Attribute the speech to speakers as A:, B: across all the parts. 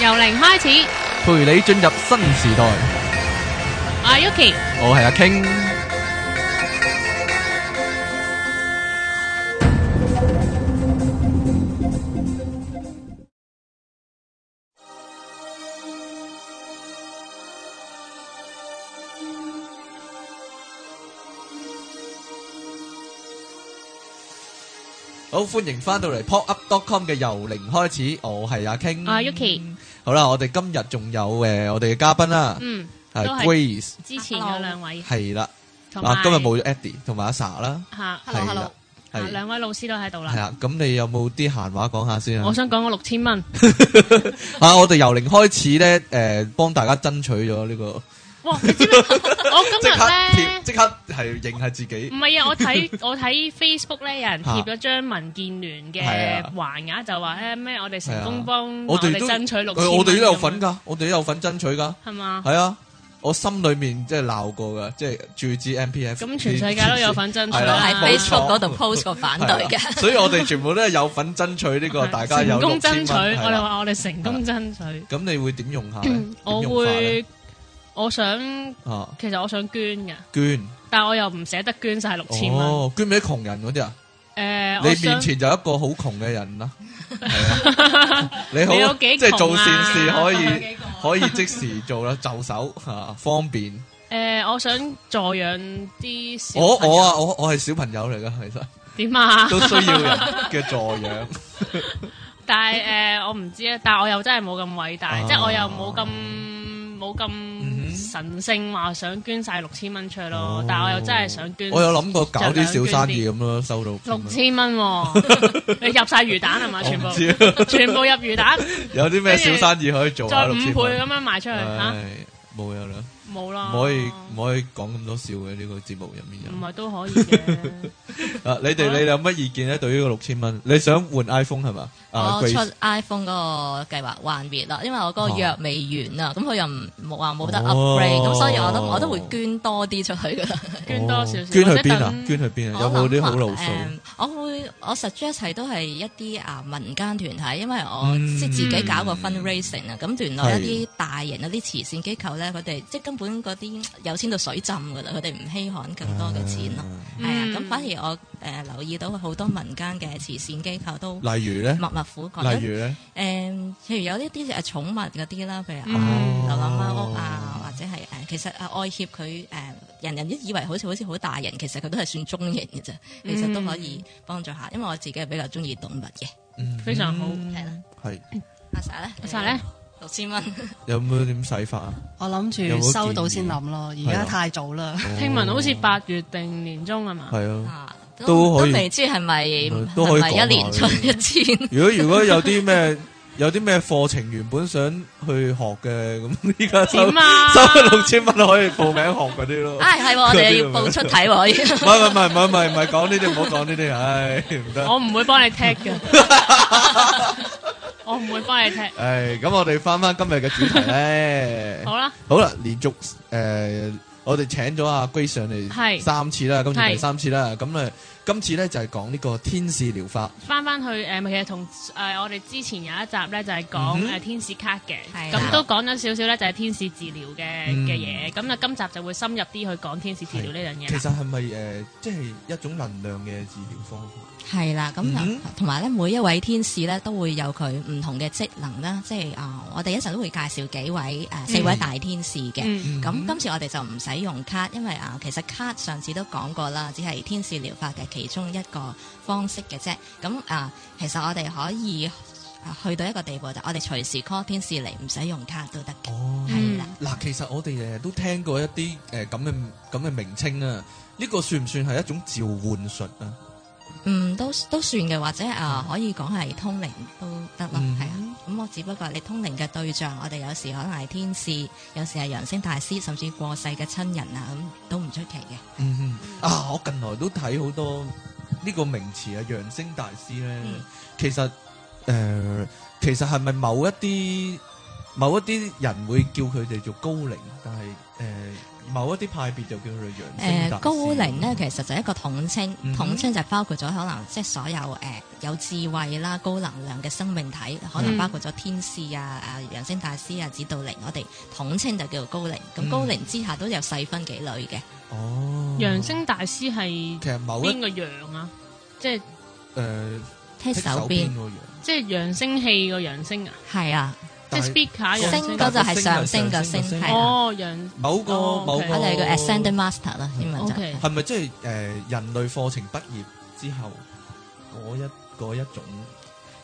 A: 由零開始，
B: 陪你進入新時代。
A: 我係 Yuki，
B: 我係阿 King，好歡迎翻到嚟 pop up dot com 嘅由零開始，我係阿 King，
A: 我係 Yuki，
B: 好啦，我哋今日仲有誒我哋嘅嘉賓啦，
A: 嗯，
B: 係
A: 都係
B: 啊 Grace，
A: 之前嗰兩位，
B: 係啦，
A: 同埋
B: 啊今日冇咗 Eddie 同埋阿 Sa 啦，
A: 吓，
B: 係
C: Hello，hello
B: 啦，
A: 啊
B: 係
A: 兩位老師都喺度
B: 係
A: 啦。
B: 啊啦，咁你有冇啲閒話講下先啊
A: 我？想講我六千 蚊，
B: 啊，我哋由零開始咧，誒幫大家爭取咗呢個
A: 哇！你 知唔知我
B: 即
A: 今日
B: 刻貼，
A: 咧？
B: 即刻係認係自己
A: 唔。係啊！我 睇我睇 Facebook 咧，有人貼咗張民建聯
B: 係
A: 嘅
B: 啊
A: 橫額，就話咧咩？我哋成
B: 係啊
A: 功幫
B: 我哋
A: 哋
B: 都
A: 爭取六千
B: 佢
A: 蚊，
B: 我哋都有份，㗎，我哋都有份爭取㗎，
A: 係嘛？
B: 係啊，我心裏面即係鬧過㗎，即係注資 M P F。
A: 咁全世界都有份爭取啊
B: 係啦
A: 啦
C: 喺
B: 啊冇錯
C: Facebook 嗰度 post 過反對
B: 係
C: 嘅
B: 啦，所以我哋全部都係有份爭取呢個，大家有
A: 成
B: 六
A: 功爭
B: 千
A: 取，
B: 蚊。係
A: 我哋
B: 啦
A: 話我哋成功爭取。
B: 咁你會點用下咧？
A: 嗯我
B: 點用法咧
A: 會，我想
B: 啊
A: 其實我想捐嘅，
B: 捐
A: 但我又唔捨得捐晒六千蚊。
B: 哦，捐俾窮人嗰啲啊！
A: 誒，
B: 你
A: 呃我
B: 面
A: 想
B: 前就有一個好窮嘅人啦，係啊，你好
A: 你有幾窮啊
B: 即係做善事可以
C: 幾個
B: 可以即時做啦，就手吓方便。
A: 誒，呃我想助養啲小
B: 我
A: 朋友
B: 我啊，我我係小朋友嚟噶， 其實
A: 點啊？
B: 都需要人嘅助 養。
A: 但係誒，我唔知啊。但係我又真係冇咁偉大，
B: 啊嗯
A: 即係我又冇咁冇
B: 哼
A: 咁神聖話想捐晒六千蚊出去咯
B: 哦。
A: 但係我又真係想捐
B: 我有諗過搞啲小生
A: 盡量
B: 意
A: 捐
B: 咁咯，收到啊
A: 六千蚊喎， 你入晒魚蛋係嘛？
B: 我
A: 全
B: 唔
A: 部
B: 知啊
A: 全部入魚蛋，
B: 有啲咩小生意可以做
A: 再
B: 下
A: 五
B: 六千
A: 倍咁
B: 蚊？
A: 樣賣出去嚇，哦
B: 唉冇有啦，
A: 冇啦。
B: 唔可以唔可以講咁多笑嘅呢個節目入面有
A: 唔。係都可以 嘅。
B: 啊！你哋
A: 好啦
B: 你哋有乜意見咧？對於個六千蚊，你想換 iPhone 係嘛？啊，
A: 哦
C: 我出 iPhone 嗰個計劃幻滅啦，因為我嗰個約未完啊，咁佢又唔冇話冇得
B: 哦
C: upgrade，咁所以我都我都會捐多啲出去 噶啦。
A: 捐多少少
B: 捐去邊啊
A: 或者？等
B: 捐去邊啊？有
C: 我
B: 冇
C: 諗
B: 啲好
C: 話
B: 路數？
C: 誒我會我 suggest 係都係一啲啊民間團體，因為我
B: 嗯
C: 即係自己搞個 fundraising 啊，咁聯絡一啲大型嗰啲慈善機構咧，佢哋即係根本嗰啲有錢到水浸噶啦，佢哋唔稀罕更多嘅錢咯。係啊，
A: 嗯
C: 咁反而我誒留意到好多民間嘅慈善機構都
B: 例如咧，
C: 默默苦幹。
B: 例如咧，
C: 誒，譬如有一啲誒寵物嗰啲啦，譬如
A: 嗯
C: 流
B: 哦
C: 浪貓屋啊，或者係誒，其實啊愛協佢誒，人人都以為好似好似好大人，其實佢都係算中型嘅啫，其實都可以幫助下，因為我自己係比較中意動物嘅，
B: 嗯
A: 非常好
C: 係啦。
B: 係
C: 阿 Sa 咧，
A: 阿 Sa 呢
C: 六千蚊，
B: 有冇點使法啊？
D: 我
B: 有
D: 諗
B: 冇
D: 住收到
B: 建議啊
D: 先諗咯，而
B: 係啊
D: 家太早啦。
A: 聽聞好似八月定年中係嘛？
B: 哦係啊。
C: 啊
B: 都
C: 都
B: 可以
C: 都未知係咪
B: 都可
C: 係
B: 以
C: 咪
B: 講下
C: 一年出一千？
B: 如果如果有啲咩 有啲咩課程原本想去學 嘅，咁依家收
A: 點啊？
B: 收咗六千蚊可以報名學嗰啲咯。
C: 唉，哎係喎，我哋又要報出體喎可以。
B: 唔係唔係唔係唔係唔係講呢啲，唔好講呢啲，唉唔得。
A: 我唔會幫你踢嘅， 我唔會幫你踢。
B: 唉，咁我哋翻翻今日嘅主題咧。
A: 好啦，
B: 好啦，連續诶、呃我哋請咗阿 Grace 上嚟
A: 係
B: 三次啦，今次第
A: 係
B: 三次啦。咁咧，今次咧就係講呢個天使療法，
A: 翻翻去誒，呃其實同誒我哋之前有一集咧，就係
B: 嗯
A: 講
B: 哼
A: 誒天使卡嘅，
C: 係啊
A: 咁都講咗少少咧，就係天使治療嘅
B: 嗯
A: 嘅嘢。咁啊，今集就會深入啲去講天使治療呢樣嘢
B: 其
A: 啦。
B: 實係咪诶，即係一種能量嘅治療方法？
C: 係啦，咁
B: 嗯
C: 同埋咧，每一位天使咧都會有佢唔同嘅職能啦，即係啊、我哋一陣都會介紹幾位啊、四位大天使嘅。
A: 嗯，
C: 咁、今次我哋就唔使用卡，因為啊、其實卡上次都講過啦，只係天使療法嘅其中一個方式嘅啫。咁啊、其實我哋可以啊去到一個地步，就我哋隨時 call 天使嚟，唔使用卡都得嘅。
B: 哦，
C: 係啦，
B: 嗱，其實我哋诶都聽過一啲诶咁嘅咁嘅名稱啊，呢、個算唔算係一種召喚術啊？
C: 嗯，都都算嘅，或者啊、可以講係通靈都得咯，
B: 嗯
C: 係啊、咁我只不過係你通靈嘅對象，我哋有時可能係天使，有時係揚升大師，甚至過世嘅親人啊，咁都唔出奇嘅。
B: 嗯哼，啊，我近來都睇好多呢個名詞啊，揚升大師咧，
C: 嗯
B: 其實誒、呃其實係咪某一啲某一啲人會叫佢哋做高齡，但係诶、誒某一啲派別就叫佢做
C: 誒、
B: 陽性達
C: 高
B: 士
C: 齡咧，其實就係一個統稱，
B: 嗯哼
C: 統稱就包括咗可能即係所有誒、有智慧啦、高能量嘅生命體，可能
A: 嗯
C: 包括咗天使啊、啊揚升大師啊、指導靈，我哋統稱就叫做高齡。咁
B: 嗯
C: 高齡之下都有細分幾類嘅，
B: 哦，
A: 揚升大師係
B: 其實某一
A: 邊個揚啊？即係
B: 诶
C: 聽手邊
B: 邊個陽，
A: 即係揚聲器個揚聲啊，
C: 係啊，
A: 即
B: 但
A: 係
B: 係
A: speaker
B: 但
A: 揚
C: 升
A: 聲
C: 嗰
B: 但
C: 就係上升
B: 上
C: 嘅
B: 升
C: 升
B: 嘅升，
C: 係啊，
A: 哦揚
B: 某個
A: 哦
B: 某
A: OK
B: 個
C: 我哋叫 ascended master 啦，英文就
A: OK
B: 係咪即係诶人類課程畢業之後嗰一嗰一種？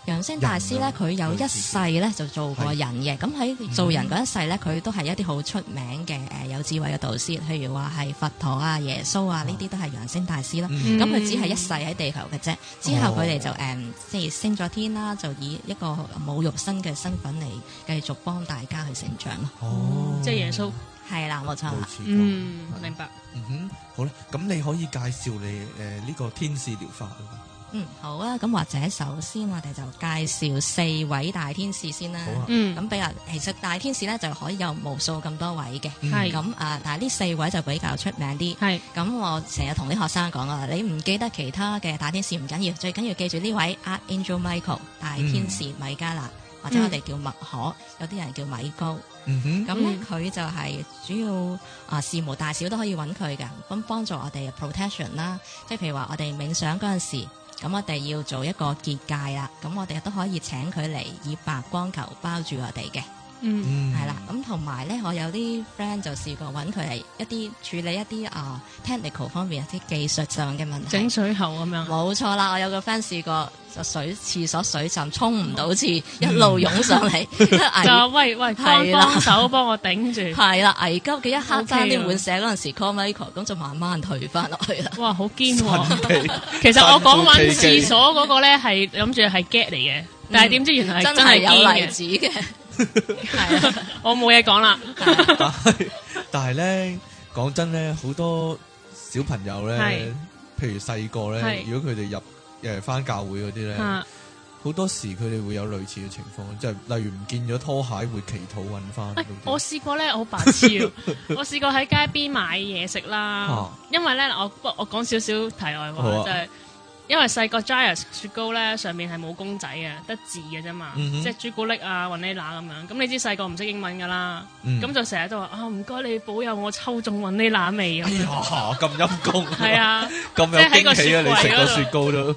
C: 揚升大師咧，佢有一世咧就做過人嘅，咁喺做人嗰一世咧，佢都係一啲好出名嘅誒有智慧嘅導師，譬如話係佛陀啊、耶穌啊呢啲都係揚升大師啦。
B: 嗯
C: 咁佢只係一世喺地球嘅啫，之後佢哋就
B: 哦
C: 誒即係升咗天啦，就以一個冇肉身嘅身份嚟繼續幫大家去成長咯。
B: 哦，
A: 即係耶穌。
C: 係啦，冇錯
B: 類
C: 啦。
B: 似咁
A: 嗯，
B: 係
A: 明白。
B: 嗯哼，好啦，咁你可以介紹你诶呢個天使療法啊
C: 嗯，好啊。咁或者首先我哋就介紹四位大天使先啦
B: 好。啊，
A: 嗯，
C: 咁比較其實大天使咧就可以有無數咁多位嘅。
B: 嗯
A: 係
C: 咁啊，但係呢四位就比較出名啲。
A: 係
C: 咁我成日同啲學生講啊，你唔記得其他嘅大天使唔緊要，最緊要記住呢位 Archangel Michael 大天使米加勒，或者我哋叫麥可，有啲人叫米高。
B: 嗯哼，
C: 咁咧
A: 嗯
C: 佢就係主要啊事無大小都可以揾佢嘅，咁幫助我哋 protection 啦，即係譬如話我哋冥想嗰陣時，咁我哋要做一個結界啦，咁我哋都可以請佢嚟以白光球包住我哋嘅。
A: 嗯
B: 嗯
C: 係啦，咁同埋咧，我有啲 friend 就試過揾佢係一啲處理一啲啊、technical 方面一啲技術上嘅問題
A: 整。水喉咁樣。
C: 冇錯啦，我有個 friend 試過就水廁所水浸沖唔到廁，一路湧上嚟，危
A: 就喂喂，幫
C: 係啦
A: 幫手幫我頂住。
C: 係啦危急嘅一刻
A: OK
C: 爭啲
A: 啊
C: 滿瀉嗰陣時 call Michael，咁就慢慢退翻落去啦。
A: 哇，好堅
B: 神
A: 喎！
B: 奇
A: 其實我講揾
B: 神乎其技
A: 廁所嗰個咧係諗住係 get 嚟嘅，但係點知原來係
C: 嗯真
A: 真
C: 係
A: 係
C: 有例
A: 堅嘅。
C: 子嘅，係啊
A: 我冇嘢講啦。
B: 但係但係咧，講真咧，好多小朋友咧
A: 係，
B: 譬如細個咧，
A: 係
B: 如果佢哋入誒翻教會嗰啲
C: 嗯
B: 咧，
A: 啊
B: 好多時佢哋會有類似嘅情況，即係例如唔見咗拖鞋會祈禱揾翻
A: 喂。我試過咧，我好白痴喎 我試過喺街邊買嘢食
C: 哦
A: 啦
B: 啊，
A: 因為咧，我不我講少少題外話，
B: 好啊
A: 就係因為細個 Giant 雪糕咧上面係冇公仔嘅，得字嘅啫嘛，
B: 嗯哼
A: 即係朱古力啊、雲呢拿咁樣。咁你知細個唔識英文噶啦，
B: 嗯
A: 咁就成日都話啊，唔該你保佑我抽中雲呢拿味
B: 哎
A: 咁。
B: 呀，咁陰公，
A: 係，啊，
B: 咁有
A: 即係喺個
B: 驚喜啊！你食
A: 雪櫃嗰
B: 個
A: 度
B: 雪糕都，
A: 係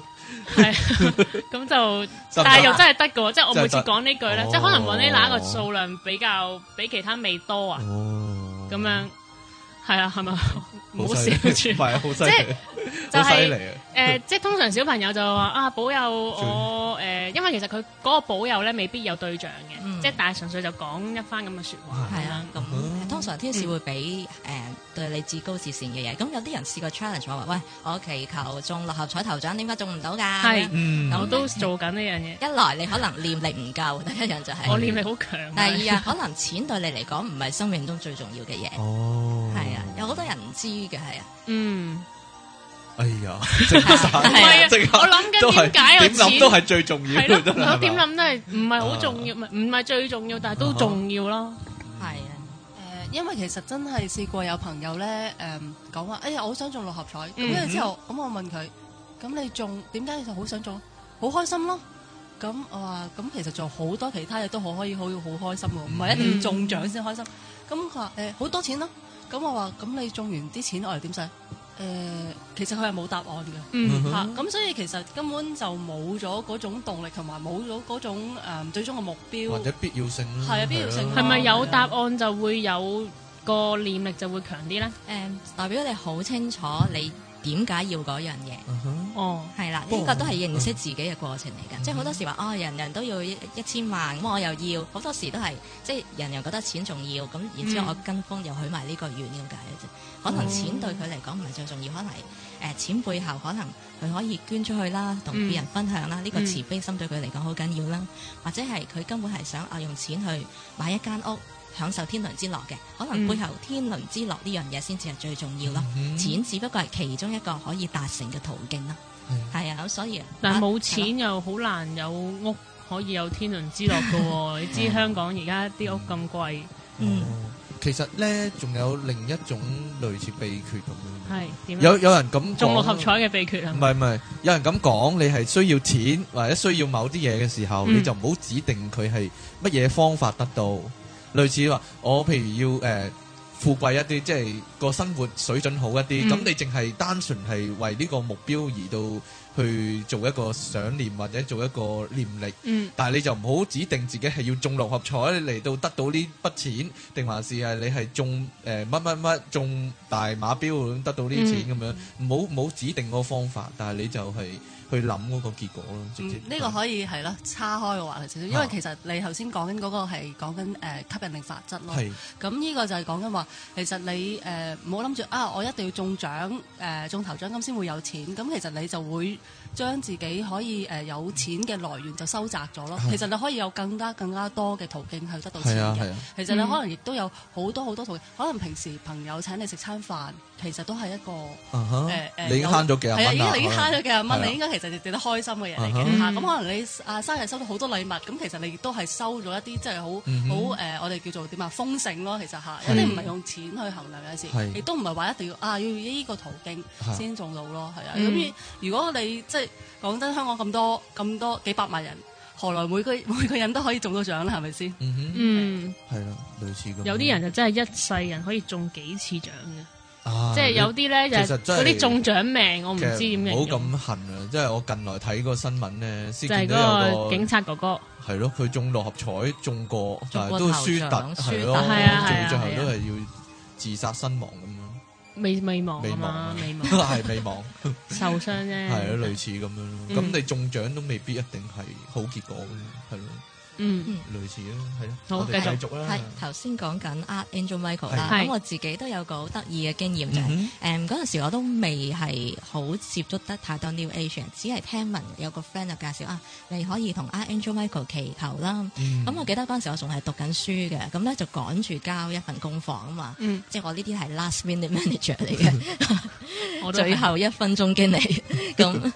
A: 啊 咁就，
B: 得唔得啊
A: 但係又真係得嘅喎，即係我每次
B: 真係得
A: 講呢句咧
B: 哦，
A: 即係可能雲呢拿個數量比較比其他味多啊，
B: 哦
A: 咁樣係啊，係咪？唔好
B: 好
A: 笑
B: 犀利唔
A: 住。
B: 係好犀
A: 即
B: 利
A: 係，就
B: 好犀
A: 係
B: 利啊！
A: 誒、即係通常小朋友就話啊，保佑我誒、因為其實佢嗰個保佑咧未必有對象嘅，
C: 嗯
A: 即係但係純粹就講一番咁嘅説話
C: 係
A: 咁
C: 啊，
A: 樣。
C: 咁
B: 嗯
C: 通常天使會俾誒、對你至高至善嘅嘢。咁有啲人試過 challenge 我話：喂，我祈求中六合彩頭獎，點解中唔到㗎？
A: 係
B: 嗯，
A: 我都做緊呢樣嘢，
C: 一來你可能念力唔夠，第一樣就係、
A: 我念力好強。
C: 第二啊，可能錢對你嚟講唔係生命中最重要嘅嘢。
B: 哦，
C: 係啊，有好多人唔知嘅係啊，
A: 嗯，
B: 哎 呀，整
A: 唔係
B: 晒，
A: 啊
B: 即，刻
A: 我諗
B: 都
A: 緊
B: 係
A: 點解我
B: 點諗
A: 錢
B: 都係啊最重要
A: 係
B: 嘅，真
A: 咯，我點
B: 係
A: 諗都係唔係好重要，唔係唔係最重要，但係都重要咯。
C: 係啊，
D: 誒，因為其實真係試過有朋友咧誒講話，哎呀，我好想中六合彩。咁
A: 嗯
D: 跟住之後，咁我問佢：咁你中點解你就好想中？好開心咯！咁我話：咁其實做好多其他嘢都好可以好好開心
B: 嗯
D: 嘅，唔係一定要中獎先開心。咁佢話：誒好多錢咯。咁我話：咁你中完啲錢我嚟點使？誒，其實佢係冇答案嘅。
A: 嗯，
D: 嚇
B: 嗯，
D: 咁所以其實根本就冇咗嗰種動力，同埋冇咗嗰種誒最終嘅目標。
B: 或者必要性啦，
D: 係啊必要性
B: 係
A: 係
B: 啊
A: 咪有答案就會有個念力就會強啲咧？
C: 誒、代表你好清楚你點解要嗰樣嘢。
B: 嗯哼
A: 哦，
C: 係啦，
B: 不
C: 呢
B: 過
C: 個都係認識自己嘅過程嚟㗎，即係好多
B: 嗯
C: 時話哦，人人都要一一千萬，咁我又要，好多時都係即係人人覺得錢重要，咁然之後
A: 嗯
C: 我跟風又許埋呢個願咁解嘅啫。可
B: 嗯
C: 能錢對佢嚟講唔係最重要，可能係誒、呃錢背後可能佢可以捐出去啦，同
A: 嗯
C: 別人分享啦，呢、個
A: 嗯
C: 慈悲心對佢嚟講好緊要啦。或者係佢根本係想啊用錢去買一間屋，享受天倫之樂嘅，可
A: 嗯
C: 能背後天倫之樂呢樣嘢先至係最重要咯。
B: 嗯
C: 錢只不過係其中一個可以達成嘅途徑啦。
B: 係
C: 係啊，咁所以
A: 但係冇
C: 係咯
A: 錢又好難有屋可以有天倫之樂嘅 喎。你知香港而家啲屋咁貴，
C: 嗯
B: 其實咧，仲有另一種類似秘訣咁樣。
A: 係點啊？
B: 有有人咁
A: 中六
B: 講
A: 合彩嘅秘訣係
B: 唔
A: 咪？
B: 係唔係，有人咁講，你係需要錢或者需要某啲嘢嘅時候，
A: 嗯
B: 你就唔好指定佢係乜嘢方法得到。類似話，我譬如要誒、呃富貴一啲，即係個生活水準好一啲，
A: 嗯
B: 咁、你淨係單純係為呢個目標而到去做一個想念或者做一個念力。
A: 嗯，
B: 但係你就唔好指定自己係要中六合彩嚟到得到呢筆錢，定還是係你係中誒乜乜乜中大馬標咁得到呢啲錢咁樣，唔好唔好指定嗰個方法，但係你就係去諗嗰個結果咯，直接
D: 嗯呢個可以係咯，叉開個話題少少，因
B: 啊
D: 為其實你頭先講緊嗰個係講緊誒吸引力法則咯。
B: 係
D: 咁呢個就係講緊話，其實你誒唔好諗住啊，我一定要中獎誒、呃中頭獎咁先會有錢。咁其實你就會將自己可以誒、呃有錢嘅來源就收窄咗咯。
B: 係
D: 其實你可以有更加更加多嘅途徑去得到錢
B: 係啊
D: 嘅。
B: 係啊，
D: 其實你
A: 嗯
D: 可能亦都有好多好多途徑，可能平時朋友請你食餐飯，其實都係一個
B: 啊哈
D: 誒誒
B: 你已經慳咗幾
D: 係啊，
B: 廿
D: 已
B: 蚊啦，
D: 經你已經慳咗幾廿
B: 係啊
D: 蚊，你應該其實值得開心嘅嘢嚟
B: 啊
D: 嘅
A: 哈
D: 嚇。咁可能你啊生日收到好多禮物，咁其實你亦都係收咗一啲即係好
B: 嗯哼
D: 好誒，我哋叫做點啊豐盛咯。其實嚇，
B: 係
D: 有啲唔係用錢去衡量有時
B: 係，
D: 亦都唔係話一定要啊要呢個途徑
B: 嚇
D: 先做到咯，係啊。
A: 嗯
D: 咁如果你即係講真，香港咁多咁多幾百萬人，何來每個 每個人都可以中到獎咧？係咪先？
B: 嗯
A: 嗯，
B: 哼，係啦，類似咁樣。
A: 有啲人就真係一世人可以中幾次獎嘅。
B: 啊
A: 即係有啲咧就
B: 其實
A: 係
B: 真係
A: 嗰啲中獎命，我唔
B: 其
A: 知
B: 實
A: 點
B: 唔
A: 形
B: 好
A: 容，
B: 咁恨啊！即係我近來睇個新聞咧，先
A: 就係
B: 見到有
A: 嗰個
B: 個
A: 警察哥哥，
B: 係咯，佢中六合彩中過，但係
C: 過
B: 都
C: 頭
B: 輸
C: 獎
B: 突，
C: 輸
B: 係
C: 突
B: 咯，
A: 係啊係
B: 最
A: 啊
B: 最後
A: 係啊
B: 都係要自殺身亡咁
A: 未未亡
B: 未
A: 啊
B: 亡
A: 嘛
B: 啊，
A: 未亡
B: 樣，係未亡，
A: 受傷啫，
B: 係啊咯，類似咁樣咯。咁
A: 嗯
B: 你中獎都未必一定係好結果嘅，係咯，
A: 嗯。
B: 類似咯，係咯。
A: 好
B: 我哋
A: 繼續
B: 繼續啦
C: 係。頭先講緊 Art Angel Michael 啦，
A: 係
C: 咁我自己都有個好得意嘅經驗就係、
B: 嗯
C: 誒嗰陣時我都未係好接觸得太多 New Age，嘅只係聽聞有個 friend 就介紹啊，你可以同 Angel Michael 祈求啦。
A: 嗯
B: 哼
C: 咁、我記得嗰陣時我仲係讀緊書嘅，咁咧就趕住交一份功課啊嘛，
A: 嗯
C: 即係我呢啲係 last minute manager 嚟嘅，
A: 我都係
C: 最後一分 鐘經理。咁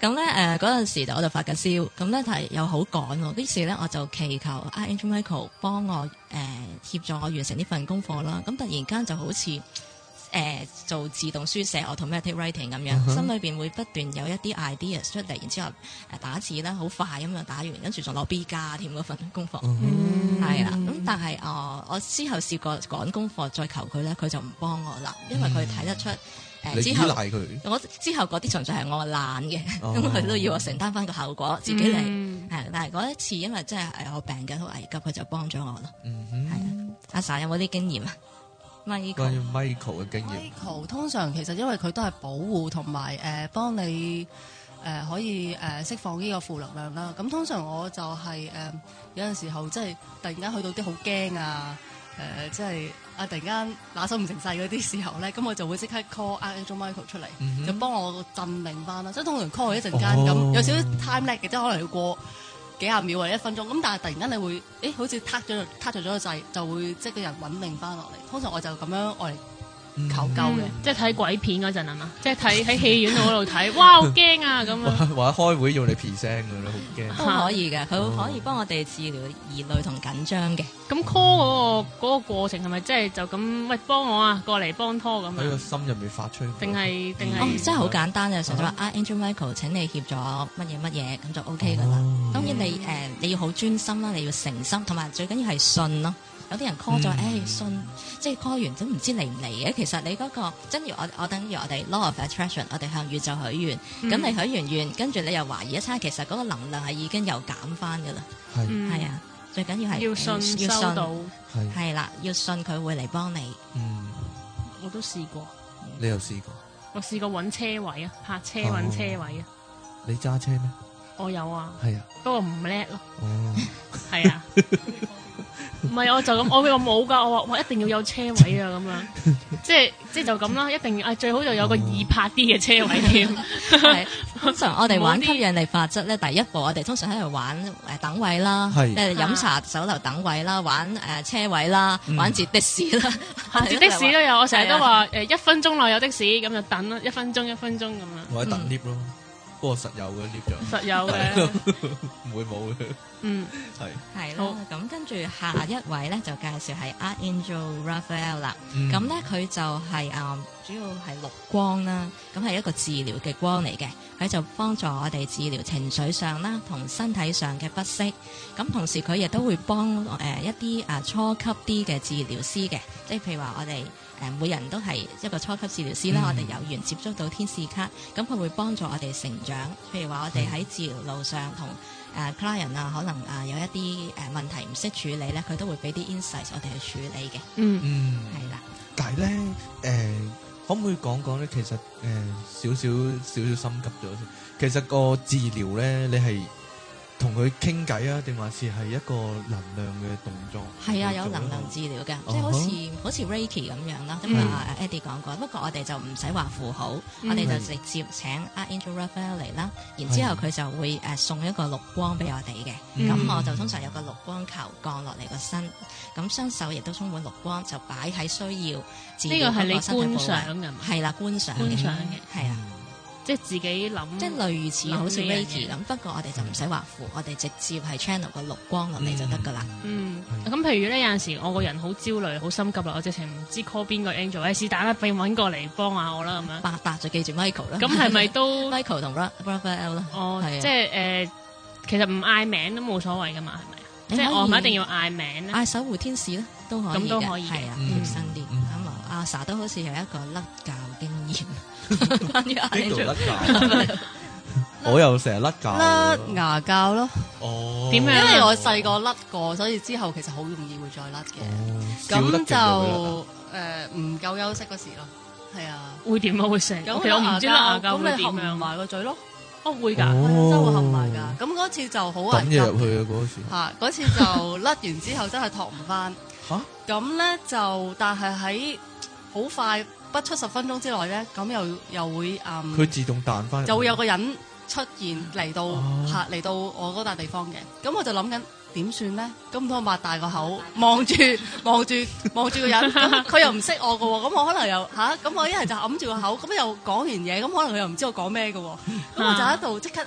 C: 咁呃咧誒嗰陣時就我就發緊燒，咁咧但係又好趕喎，於是咧我就祈求 Angel Michael 幫我誒、呃協助我完成呢份功課啦。咁突然間就好似〜誒、做自動書寫 automatic writing 咁樣
B: 嗯哼
C: 心裏邊會不斷有一啲 ideas 出嚟，然之後誒打字啦，好快咁樣打完，跟住仲攞 B 加添嗰份功課，
B: 嗯哼
A: 嗯
C: 係啦、咁但係我我之後試過趕功課再求佢咧，佢就唔幫我啦，因為佢睇得出誒、呃
B: 你依
C: 之後
B: 賴佢，
C: 我之後嗰啲純粹係我懶嘅，
B: 哦
C: 咁佢、都要我承擔翻個後果，自己嚟。
A: 嗯
C: 係但係嗰一次因為真係誒我病緊好危急，佢就幫咗我咯。
B: 嗯
C: 係啊
B: 哼，
C: 阿 Sa 有冇啲經驗啊
B: 關於
C: ？Michael，
B: Michael 嘅經驗，
D: Michael 通常其實因為佢都係保護同埋誒幫你誒、呃可以誒、呃、釋放呢個負能量啦。咁通常我就係、呃有陣時候即係突然間去到啲好驚啊誒、呃即係啊突然間拿手唔成勢嗰啲時候咧，咁我就會即刻 call Angel Michael 出嚟。
B: 嗯
D: 就
B: 哼
D: 幫我鎮定翻啦，即係通常 call 佢一陣間
B: 哦
D: 咁，有少少 time lag 嘅，即係可能要過幾廿秒或者一分鐘，咁但係突然間你會，誒好似撻咗撻著咗個掣，就會即係個人穩定翻落嚟。通常我就咁樣我嚟
B: 嗯
D: 求救嘅。
A: 即係睇鬼片嗰陣啊嘛，即係睇喺戲院嗰度睇，哇好驚啊咁
B: 或
A: 樣，
B: 者 或者開會要你 P 聲嘅咧，好驚。
C: 都可以嘅，佢可以幫我哋治療疑慮同緊張嘅。
A: 咁 call 嗰個嗰個過程係咪即係就咁喂幫我啊過嚟幫拖咁
B: 喺個
A: 樣，
B: 心入面發出嗰個，
A: 定係定係
C: 哦，真係好簡單嘅，純粹話啊，Angel Michael 請你協助乜嘢乜嘢，咁就 OK 噶啦。
B: 哦
C: 當然你誒你要好專心啦，你要誠心，同埋最緊要係信咯。有啲人 call 咗，
B: 嗯
C: 誒信，即係 call 完都唔知嚟唔嚟嘅。其實你嗰個真如我我等於我哋 law of attraction，我哋向宇宙許願，
A: 嗯
C: 咁你許完願，跟住你又懷疑一餐，其實嗰個能量係已經又減翻噶啦。
B: 係
A: 嗯
C: 係啊，最緊要係
A: 要
C: 誒
A: 信
C: 要
A: 收
C: 信
A: 到，
B: 係
C: 係啦，要信佢會嚟幫你。
B: 嗯，
A: 我都試過，
B: 你又試過？
A: 我試過揾車位啊，泊車揾車位啊，
B: 你揸車咩？
A: 我有啊，
B: 係啊，
A: 不過唔叻咯。
B: 哦，
A: 係啊，唔係我就咁，我我冇噶，我話我一定要有車位啊，咁樣，即係即係就咁啦，一定要啊，最好就有個易拍啲嘅車位添，
C: 係啊通常我哋玩
A: 冇啲
C: 吸引力法則咧，第一步我哋通常喺度玩誒等位啦，
B: 係
C: 誒飲茶酒樓等位啦，玩誒車位啦，玩截的士啦，
A: 下次的士都有，我成日都
C: 係啊
A: 話誒一分鐘內有的士，咁就等啦，一分鐘一分鐘咁樣，
B: 我喺等 lift 咯，不過實有嘅 lift 咗，
A: 實有 嘅，
B: 唔會冇嘅，
A: 嗯，
B: 係。
C: 係
A: 好
C: 啦，咁跟住下一位咧就介紹係 Archangel Raphael 啦。
B: 嗯
C: 咁咧佢就係、啊主要係綠光啦，咁係一個治療嘅光嚟嘅，佢就幫助我哋治療情緒上啦同身體上嘅不適。咁同時佢亦都會幫誒、呃一啲啊、初級啲嘅治療師嘅，即係譬如話我哋。誒每人都係一個初級治療師啦，
B: 嗯
C: 我哋有緣接觸到天使卡，咁佢會幫助我哋成長。譬如話我
B: 嗯
C: 哋喺治療路上同誒 client 啊，可能啊有一啲誒問題唔識處理咧，佢都會俾啲 insight 我哋去處理嘅，
A: 嗯，
B: 嗯，
C: 係啦。
B: 但係咧，誒、à, 可唔可以講講咧？其實誒、少少少少心急咗先。其實個治療咧，你係同佢傾偈啊，定還是係一個能量嘅動作？
C: 係
A: 嗯
C: 啊，有能量治療
A: 哦
C: 嘅，即係好似好似 Reiki 咁樣啦。咁啊，Eddie 講過，不過我哋就唔使話符號，
A: 嗯
C: 我哋就直接請 Angel Raphael 嚟啦。然之後佢就會誒送一個綠光俾我哋嘅。
B: 嗯
C: 咁我就通常有個綠光球降落嚟個身，咁雙手亦都充滿綠光，就擺喺需要治
A: 呢個
C: 療
A: 係你
C: 嗰個身體
A: 觀
C: 部位。
A: 賞嘅嘛，
C: 係啦，觀賞
A: 觀
C: 嘅，
A: 賞嘅，嗯
C: 係啊。
B: Ừ.
A: 即係自己諗，
C: 即係類似好似
A: 諗呢樣
C: Reiki 咁，不過我哋就唔使畫符，我哋直接係 channel 個綠光落嚟就
B: Ừ.
C: 得噶啦。。
A: 嗯，
B: 係
A: 咁譬如咧有陣時我個人好焦慮、好心急啦，我直情唔知 call 邊個 angel，誒是但啦，俾揾過嚟幫下我啦咁樣。
C: 八八就記住 Michael 啦。
A: 咁係咪都
C: Michael 同 Raphael 啦？
A: 哦，
C: 係啊
A: 即係誒，其實唔嗌名都冇所謂噶嘛，係咪？啊
C: 你
A: 即係
C: 可以啊
A: 我唔一定要嗌名咧。
C: 嗌守護天使咧，都可以
A: 咁都可以嘅
C: 係啊，
B: 嗯
C: 貼身啲。
B: 嗯
C: 咁啊，阿 Sa 都好似有一個甩教經驗， 關於阿
B: 邊度
C: Angel
B: 甩臼？我又成日甩臼。
D: 甩牙膠咯，
B: 哦，
A: 點樣
D: 因
A: 啊
D: 為我細個甩過，所以之後其實好容易會再甩嘅。
B: 哦，少
D: 咁
B: 得勁會
D: 就誒唔夠休息嗰時咯，係啊。
A: 會點啊？會成，其
D: 咁
A: 實我唔知啦，牙膠會
D: 咁你
A: 點
D: 合唔
A: 樣？
D: 埋個嘴咯，
A: 哦，會
B: 甩
A: 㗎，
B: 臼
D: 係啊真會合
B: 哦
D: 埋㗎。咁嗰次就好
B: 抌
D: 危急
B: 嘢入去嘅嗰時。
D: 嚇，嗰次就甩完之後真係托唔翻。
B: 嚇
D: 咁咧就，但係喺好快不出十分鐘之內咧，咁又又會嗯，
B: 佢自動彈翻，
D: 就會有個人出現嚟到
B: 哦
D: 嚇嚟到我嗰笪地方嘅。咁我就諗緊。點算咧？咁唔通我擘大個口望住 望住望住個 人，咁佢又唔識我嘅喎，咁我可能又吓，咁、我一係就揞住個口，咁又講完嘢，咁可能佢又唔知我講咩嘅喎，咁我就喺度即刻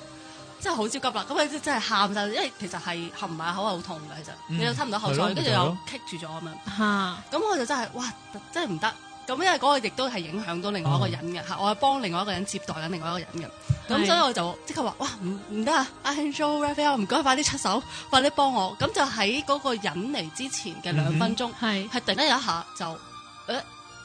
D: 真係好焦急啦！咁佢真係喊晒，因為其實係含埋口係好痛嘅，其實
B: 嗯
D: 你又吞唔到口
B: 係
D: 水，
B: 咯
D: 跟住
B: 咪就係
D: 又
B: 咯
D: 棘住咗咁樣。
A: 嚇。
D: 咁我就真係哇，真係唔得！咁因為嗰個亦都係影響到另外一個人嘅，係我係幫另外一個人接待緊另外一個人嘅。
A: 係
D: 咁所以我就即刻話：哇，唔唔得啊！Angel Raphael，唔該，快啲出手，快啲幫我！咁就喺嗰個人嚟之前嘅兩分鐘，
A: 系，
D: 係突然啊間有一下就誒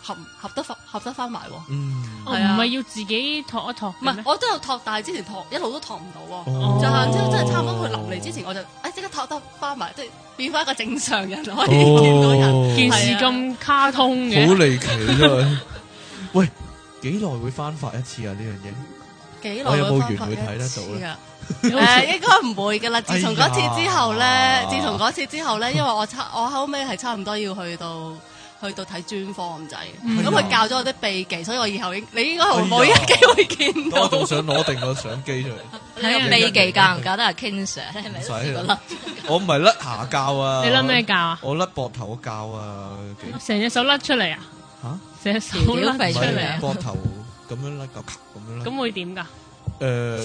D: 合合得翻合得翻埋喎。
B: 嗯，
A: 我
D: 係
A: 哦唔
D: 啊
A: 係要自己托一托嘅
D: 唔
A: 咩，
D: 係，我都有托，但係之前托一路都托唔到喎。
B: 哦
D: 就係即係真係差唔多佢臨嚟之前，我就誒即刻托得翻埋，即係變翻一個正常人可以 見到人。
B: 哦
A: 件
D: 係
A: 事
D: 啊
A: 咁卡通
B: 好
A: 嘅，
B: 離奇真係。喂，幾耐會翻發一次啊？呢樣嘢
D: 幾耐
B: 我有冇
D: 會
B: 緣
D: 翻
B: 會睇得
D: 一
B: 到
D: 次
B: 咧
D: 啊？ 誒應該唔會嘅啦。自從嗰次之後咧，
B: 哎呀
D: 自從嗰次之後咧，因為我差 我後尾係差唔多要去到。去到睇專科咁滯，
A: 嗯
D: 咁佢教咗我啲秘技，所以我以後應你應該
B: 啊哎呀
D: 冇一機會見
B: 我
D: 到。
B: 仲想攞定個相機出嚟，
C: 睇下秘技教唔教得阿 King Sir 咧？係咪
B: 唔
C: 都
B: 使
C: 試過
B: 啦。我唔係甩牙膠啊！
A: 你甩咩教啊？
B: 我甩膊頭膠啊！幾
A: 成隻手甩出嚟啊！
B: 嚇
A: 成隻手
C: 條條
A: 甩
C: 係
A: 出
B: 唔
C: 出
B: 係
A: 嚟
C: 嚟
A: 啊，
B: 膊頭咁樣甩個咔咁樣甩。
A: 咁會點㗎？
B: 誒，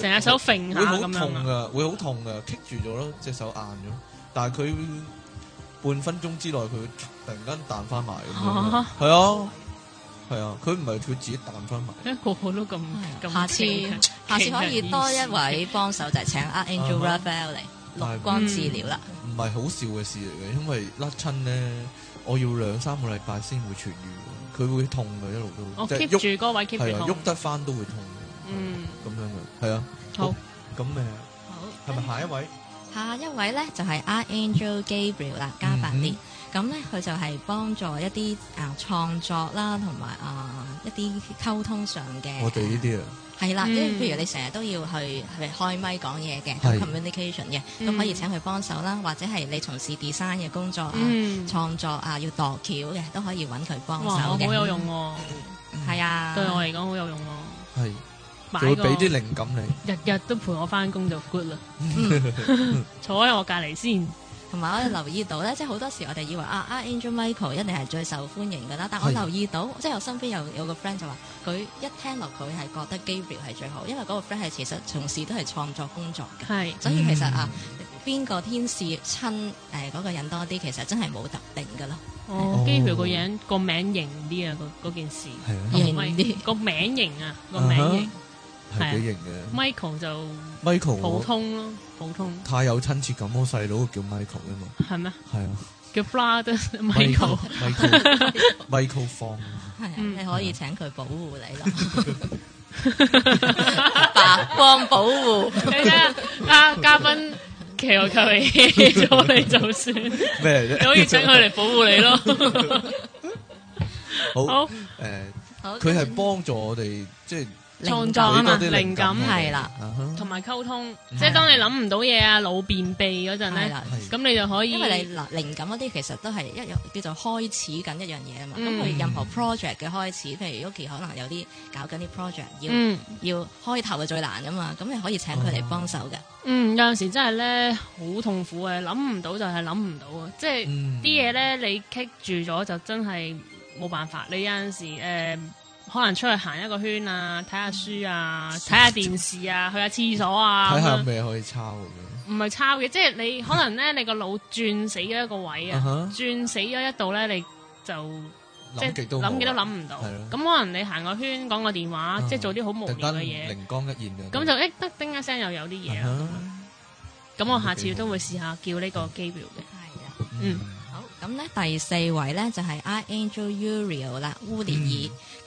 A: 成隻手揈下
B: 會好
A: 咁樣
B: 痛
A: 啊！
B: 噶，會好痛噶，棘住咗咯，隻手硬咗。但係佢半分鐘之內，佢突然間彈翻埋咁樣
A: 嚇
B: 咯。係啊，係啊，佢唔係佢自己彈翻埋。
A: 一個個都咁咁
C: 下次
A: 奇嘅
C: 下次可以多一位幫手，就係請 Angel
B: 啊
C: Raphael 嚟綠光治療啦。
B: 唔係好笑嘅事嚟嘅，因為甩親咧，我要兩三個禮拜先會痊愈，佢會痛嘅一路
A: 我
B: 都，即係
A: 哦 keep
B: 喐
A: 住嗰位 keep
B: 係啊，
A: 住
B: 喐
A: 痛，
B: 得翻都會痛
A: 嗯，
B: 嘅，咁樣嘅，係啊。
A: 好，
B: 咁誒
C: 好
B: 係咪下一位？
C: 下一位咧就係 Archangel Gabriel 啦，加百列。咁咧佢就係幫助一啲啊創作啦，同埋啊一啲溝通上嘅。
B: 我哋呢啲啊，
C: 係啦，
A: 嗯
C: 即係譬如你成日都要去係咪開咪講嘢嘅
B: 係
C: 咁 communication 嘅，
A: 嗯
C: 咁啊可以請佢幫手啦，或者係你從事 design 嘅工作啊、
A: 嗯，
C: 創作啊要度橋嘅，都可以揾佢幫
A: 哇，
C: 手
A: 我好有
C: 嘅。
A: 用喎，
C: 係啊，
A: 對我嚟講好有用喎，
B: 係
A: 買
B: 就會
A: 個
B: 俾啲靈感 你。
A: 日日都陪我翻工就 good 啦，坐喺我隔離先，
C: 同埋我哋留意到咧，即係好多時我哋以為啊啊 Angel Michael 一定係最受歡迎噶啦，但我
B: 係
C: 留意到，即係我身邊有有個 friend 就話，佢一聽落佢係覺得 Gabriel 係最好，因為嗰個 friend 係其實從事都係創作工作嘅，
A: 係
C: 所以其實啊
B: 嗯，
C: 邊個天使親誒嗰個人多啲，其實真係冇特定噶咯。
A: 哦，Gabriel 個樣個名型啲啊，嗰嗰件事
B: 係啊
C: 型
A: 唔係
C: 啲
A: 個名型啊，個名型
B: 係幾型嘅。
A: Michael 就
B: Michael
A: 普通咯，普通
B: 太有親切感，我細佬叫 Michael 啊嘛，
A: 係咩？
B: 係啊
A: 叫 Brother Michael
B: Michael Michael 方
C: 係啊，
A: 嗯
C: 你可以請佢保護你 咯，白光保護。
A: 你睇下啊，嘉賓騎我求其起咗你就算，你
B: 咩啫？
A: 可以請佢嚟保護你咯。
B: 好
A: 好，
B: 誒，
C: 好
B: 佢係幫助我哋即係
A: 創作啊
B: 俾
A: 嘛
B: 多啲靈感
A: 靈
B: 我
A: 感
B: 哋
C: 係啦，
B: 啊哈
A: 同埋溝通，即係當你諗唔到嘢啊，腦便秘嗰陣
C: 係
A: 咧，
C: 啦。
B: 係
A: 咁你就可以
C: 因為你嗱靈感嗰啲其實都係一樣叫做開始緊一樣嘢啊嘛，咁
A: 嗯
C: 佢任何 project 嘅開始，譬如 Yuki 可能有啲搞緊啲 project，要、
A: 嗯。
C: 要開頭係最難噶嘛，咁你可以請佢嚟幫手嘅，
A: 嗯，有陣時真係咧好痛苦嘅，諗唔到就係諗唔到啊！即係
B: 嗯
A: 啲嘢咧，你棘住咗就真係冇辦法。你有陣時誒、呃可能出去行一個圈啊，睇下書啊，睇下電視啊，去下廁所啊，
B: 睇下
A: 咁樣
B: 咩可以抄咁樣。
A: 唔係抄嘅，即係你可能咧，你個腦轉死咗一個位
B: 啊
A: 啊，
B: 哈
A: 轉死咗一度咧，你就即
B: 諗
A: 係
B: 極都
A: 諗
B: 冇
A: 極都
B: 啊
A: 諗唔到
B: 係咯。
A: 咁可能你行個圈講個電話，
B: 啊
A: 即係做啲好無
B: 突
A: 聊
B: 然
A: 嘅
B: 間
A: 嘢，
B: 靈光一現嘅，
A: 咁就誒得叮一聲又有啲嘢啦。
B: 啊
A: 咁我下次都會試下叫呢個機表嘅。
C: 係啦。
B: 哈
A: 嗯
C: 好，咁咧第四位咧就係 Archangel Uriel 啦，
A: 嗯
C: 烏列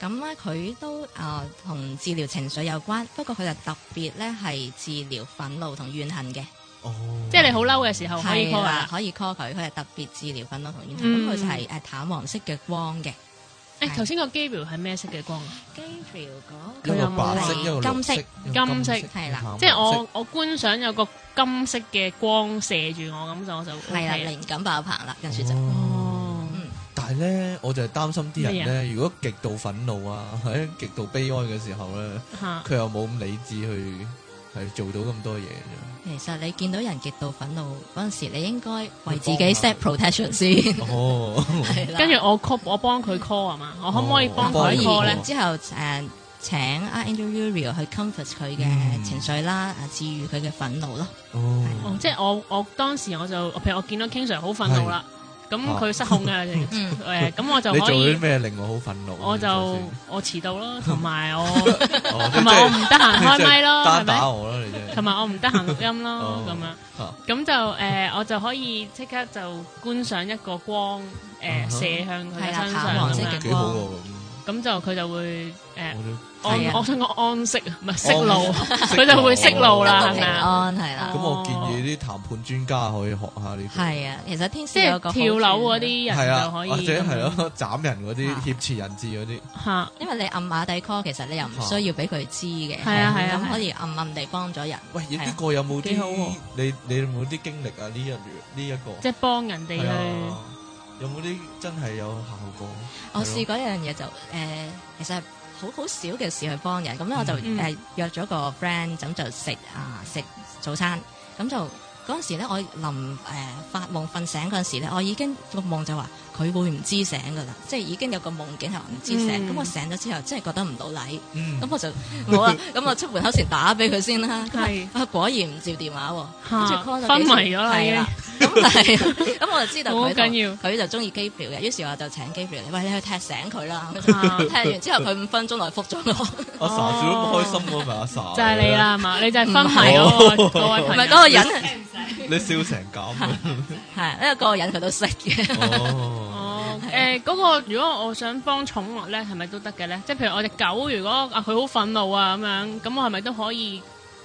C: 爾。咁咧佢都啊同、治療情緒有關，不過佢就特別咧係治療憤怒同怨恨嘅，
B: 哦，
A: 即係你好嬲嘅時候可以
C: 係
A: call
C: 啦
A: 啦。
C: 可以 call 佢，佢係特別治療憤怒同怨恨。
A: 嗯
C: 咁佢、就係誒淡黃色嘅光嘅。
A: 誒，頭先個機表係咩色嘅光啊？
C: Gabriel
B: 一
C: 嗰
A: 佢有
B: 個
A: 冇
B: 白色，
A: 係
B: 一個綠
C: 金色
B: 色，一個
A: 金色
C: 係啦
B: 淡
A: 即係
B: 黃
A: 我
B: 色
A: 我觀想有個金色嘅光射住我，咁就我就 OK 啊
C: 係啦，靈感爆棚啦，跟住就
A: 哦，
C: 嗯
B: 但係咧，我就係擔心啲人
A: 咩
B: 咧，如果極度憤怒啊，喺極度悲哀嘅時候咧，
A: 嚇
B: 佢又冇咁理智去係做到咁多嘢啫。
C: 其實你見到人極度憤怒嗰陣時，你應該為自己 set protection 先，
B: 哦，
C: 係啦。
A: 跟住我 call 我幫佢 call 啊嘛，我可唔可以幫
C: 可
A: 佢
C: 以
A: call 咧
B: 幫？
C: 之後誒請啊 Angel Uriel 去 comfort 佢
B: 嗯
C: 嘅情緒啦，啊治愈佢嘅憤怒咯。
A: 哦
B: 哦，，
A: 即係我我當時我就譬如我見到 King Sir 好憤怒啦，咁佢失控 嘅
C: 嗯
A: 誒，咁我就
B: 哦你
A: 可
B: 做咗
A: 以
B: 啲。咩令我好憤怒？
A: 我就
B: 哦
A: 我遲到咯，同埋 我同
B: 你真
A: 埋我唔
B: 係
A: 得閒開咪
B: 你真係
A: 咯，係
B: 單
A: 咪
B: 打？我啦，你真係
A: 同埋我唔得閒錄音咯
B: 哦，
A: 咁樣。
B: 啊
A: 咁就誒、呃我就可以即刻就觀賞一個光誒、呃
B: 嗯哼
A: 射向佢
C: 係
A: 嘅
C: 啦
A: 身
C: 淡
A: 上
C: 黃
A: 咁
C: 色
A: 樣
C: 嘅
B: 幾好喎咁
A: 咁就佢就會誒、呃
B: 我都。
C: 係
A: 安
C: 啊，
A: 我想講安息啊，唔係息
B: 安
A: 怒，
B: 息
A: 佢就會息怒啦，係
C: 平
A: 咪啊？
C: 安係啦
B: 咁，我建議啲談判專家可以學下呢個。
C: 係啊。其實天使
A: 即
C: 有
A: 係
C: 個好處
A: 跳樓嗰，啲
B: 係
A: 人
B: 啊，
A: 就可以
B: 或者
A: 咁樣
B: 係咯，斬人嗰啲
C: 啊
B: 挟持人質嗰啲，
A: 嚇，
C: 因為你暗馬底 call，其實你又唔需要俾佢知嘅，
A: 係啊係啊係
C: 咁
A: 啊
C: 可以暗暗地幫咗人。
B: 喂，
C: 係啊
B: 呢個有冇
A: 幾好喎
B: 啲你你有冇啲經歷啊？呢一呢一個
A: 即係幫人哋
B: 係
A: 去
B: 啊，有冇啲真係有效果？
C: 我
B: 係咯
C: 試過一樣嘢就誒、呃其實係好好少嘅事去幫人。咁咧我就誒、
A: 嗯
C: 約咗個 friend，咁就食啊食早餐。咁就嗰陣時咧，我臨誒、發夢瞓醒嗰陣時咧，我已經個夢就話佢會唔知醒噶啦，即係已經有個夢境係話唔知醒。咁、
A: 嗯
C: 我醒咗之後，真係覺得唔到禮，
B: 嗯
C: 咁 我就冇啦。咁我出門口前打俾佢先啦。咁啊
A: 係
C: 啊果然唔接電話喎。跟住
A: 嚇
C: call 咗幾次
A: 啊昏迷咗啦，已
C: 係
A: 經
C: 啦。咁係，咁我就知道
A: 好
C: 佢
A: 緊要
C: 同佢就中意機票嘅，於是我就請機票嚟，喂你去踢醒佢啦。
A: 啊
C: 踢完之後佢五分鐘內覆咗我，
B: 阿 Sa 笑得咁開心喎，咪阿 Sa
A: 就係你，啦，係嘛？你就係昏迷
B: 唔
A: 嗰
B: 係
A: 個各位
C: 唔
A: 朋友
C: 係嗰。個人係
B: 你笑成咁。
C: 係，因為嗰個人佢都識嘅，
B: 哦，
A: 哦，誒嗰個如果我想幫寵物咧，係咪都得嘅咧？即係譬如我只狗，如果啊佢好憤怒啊咁樣，咁我係咪都可以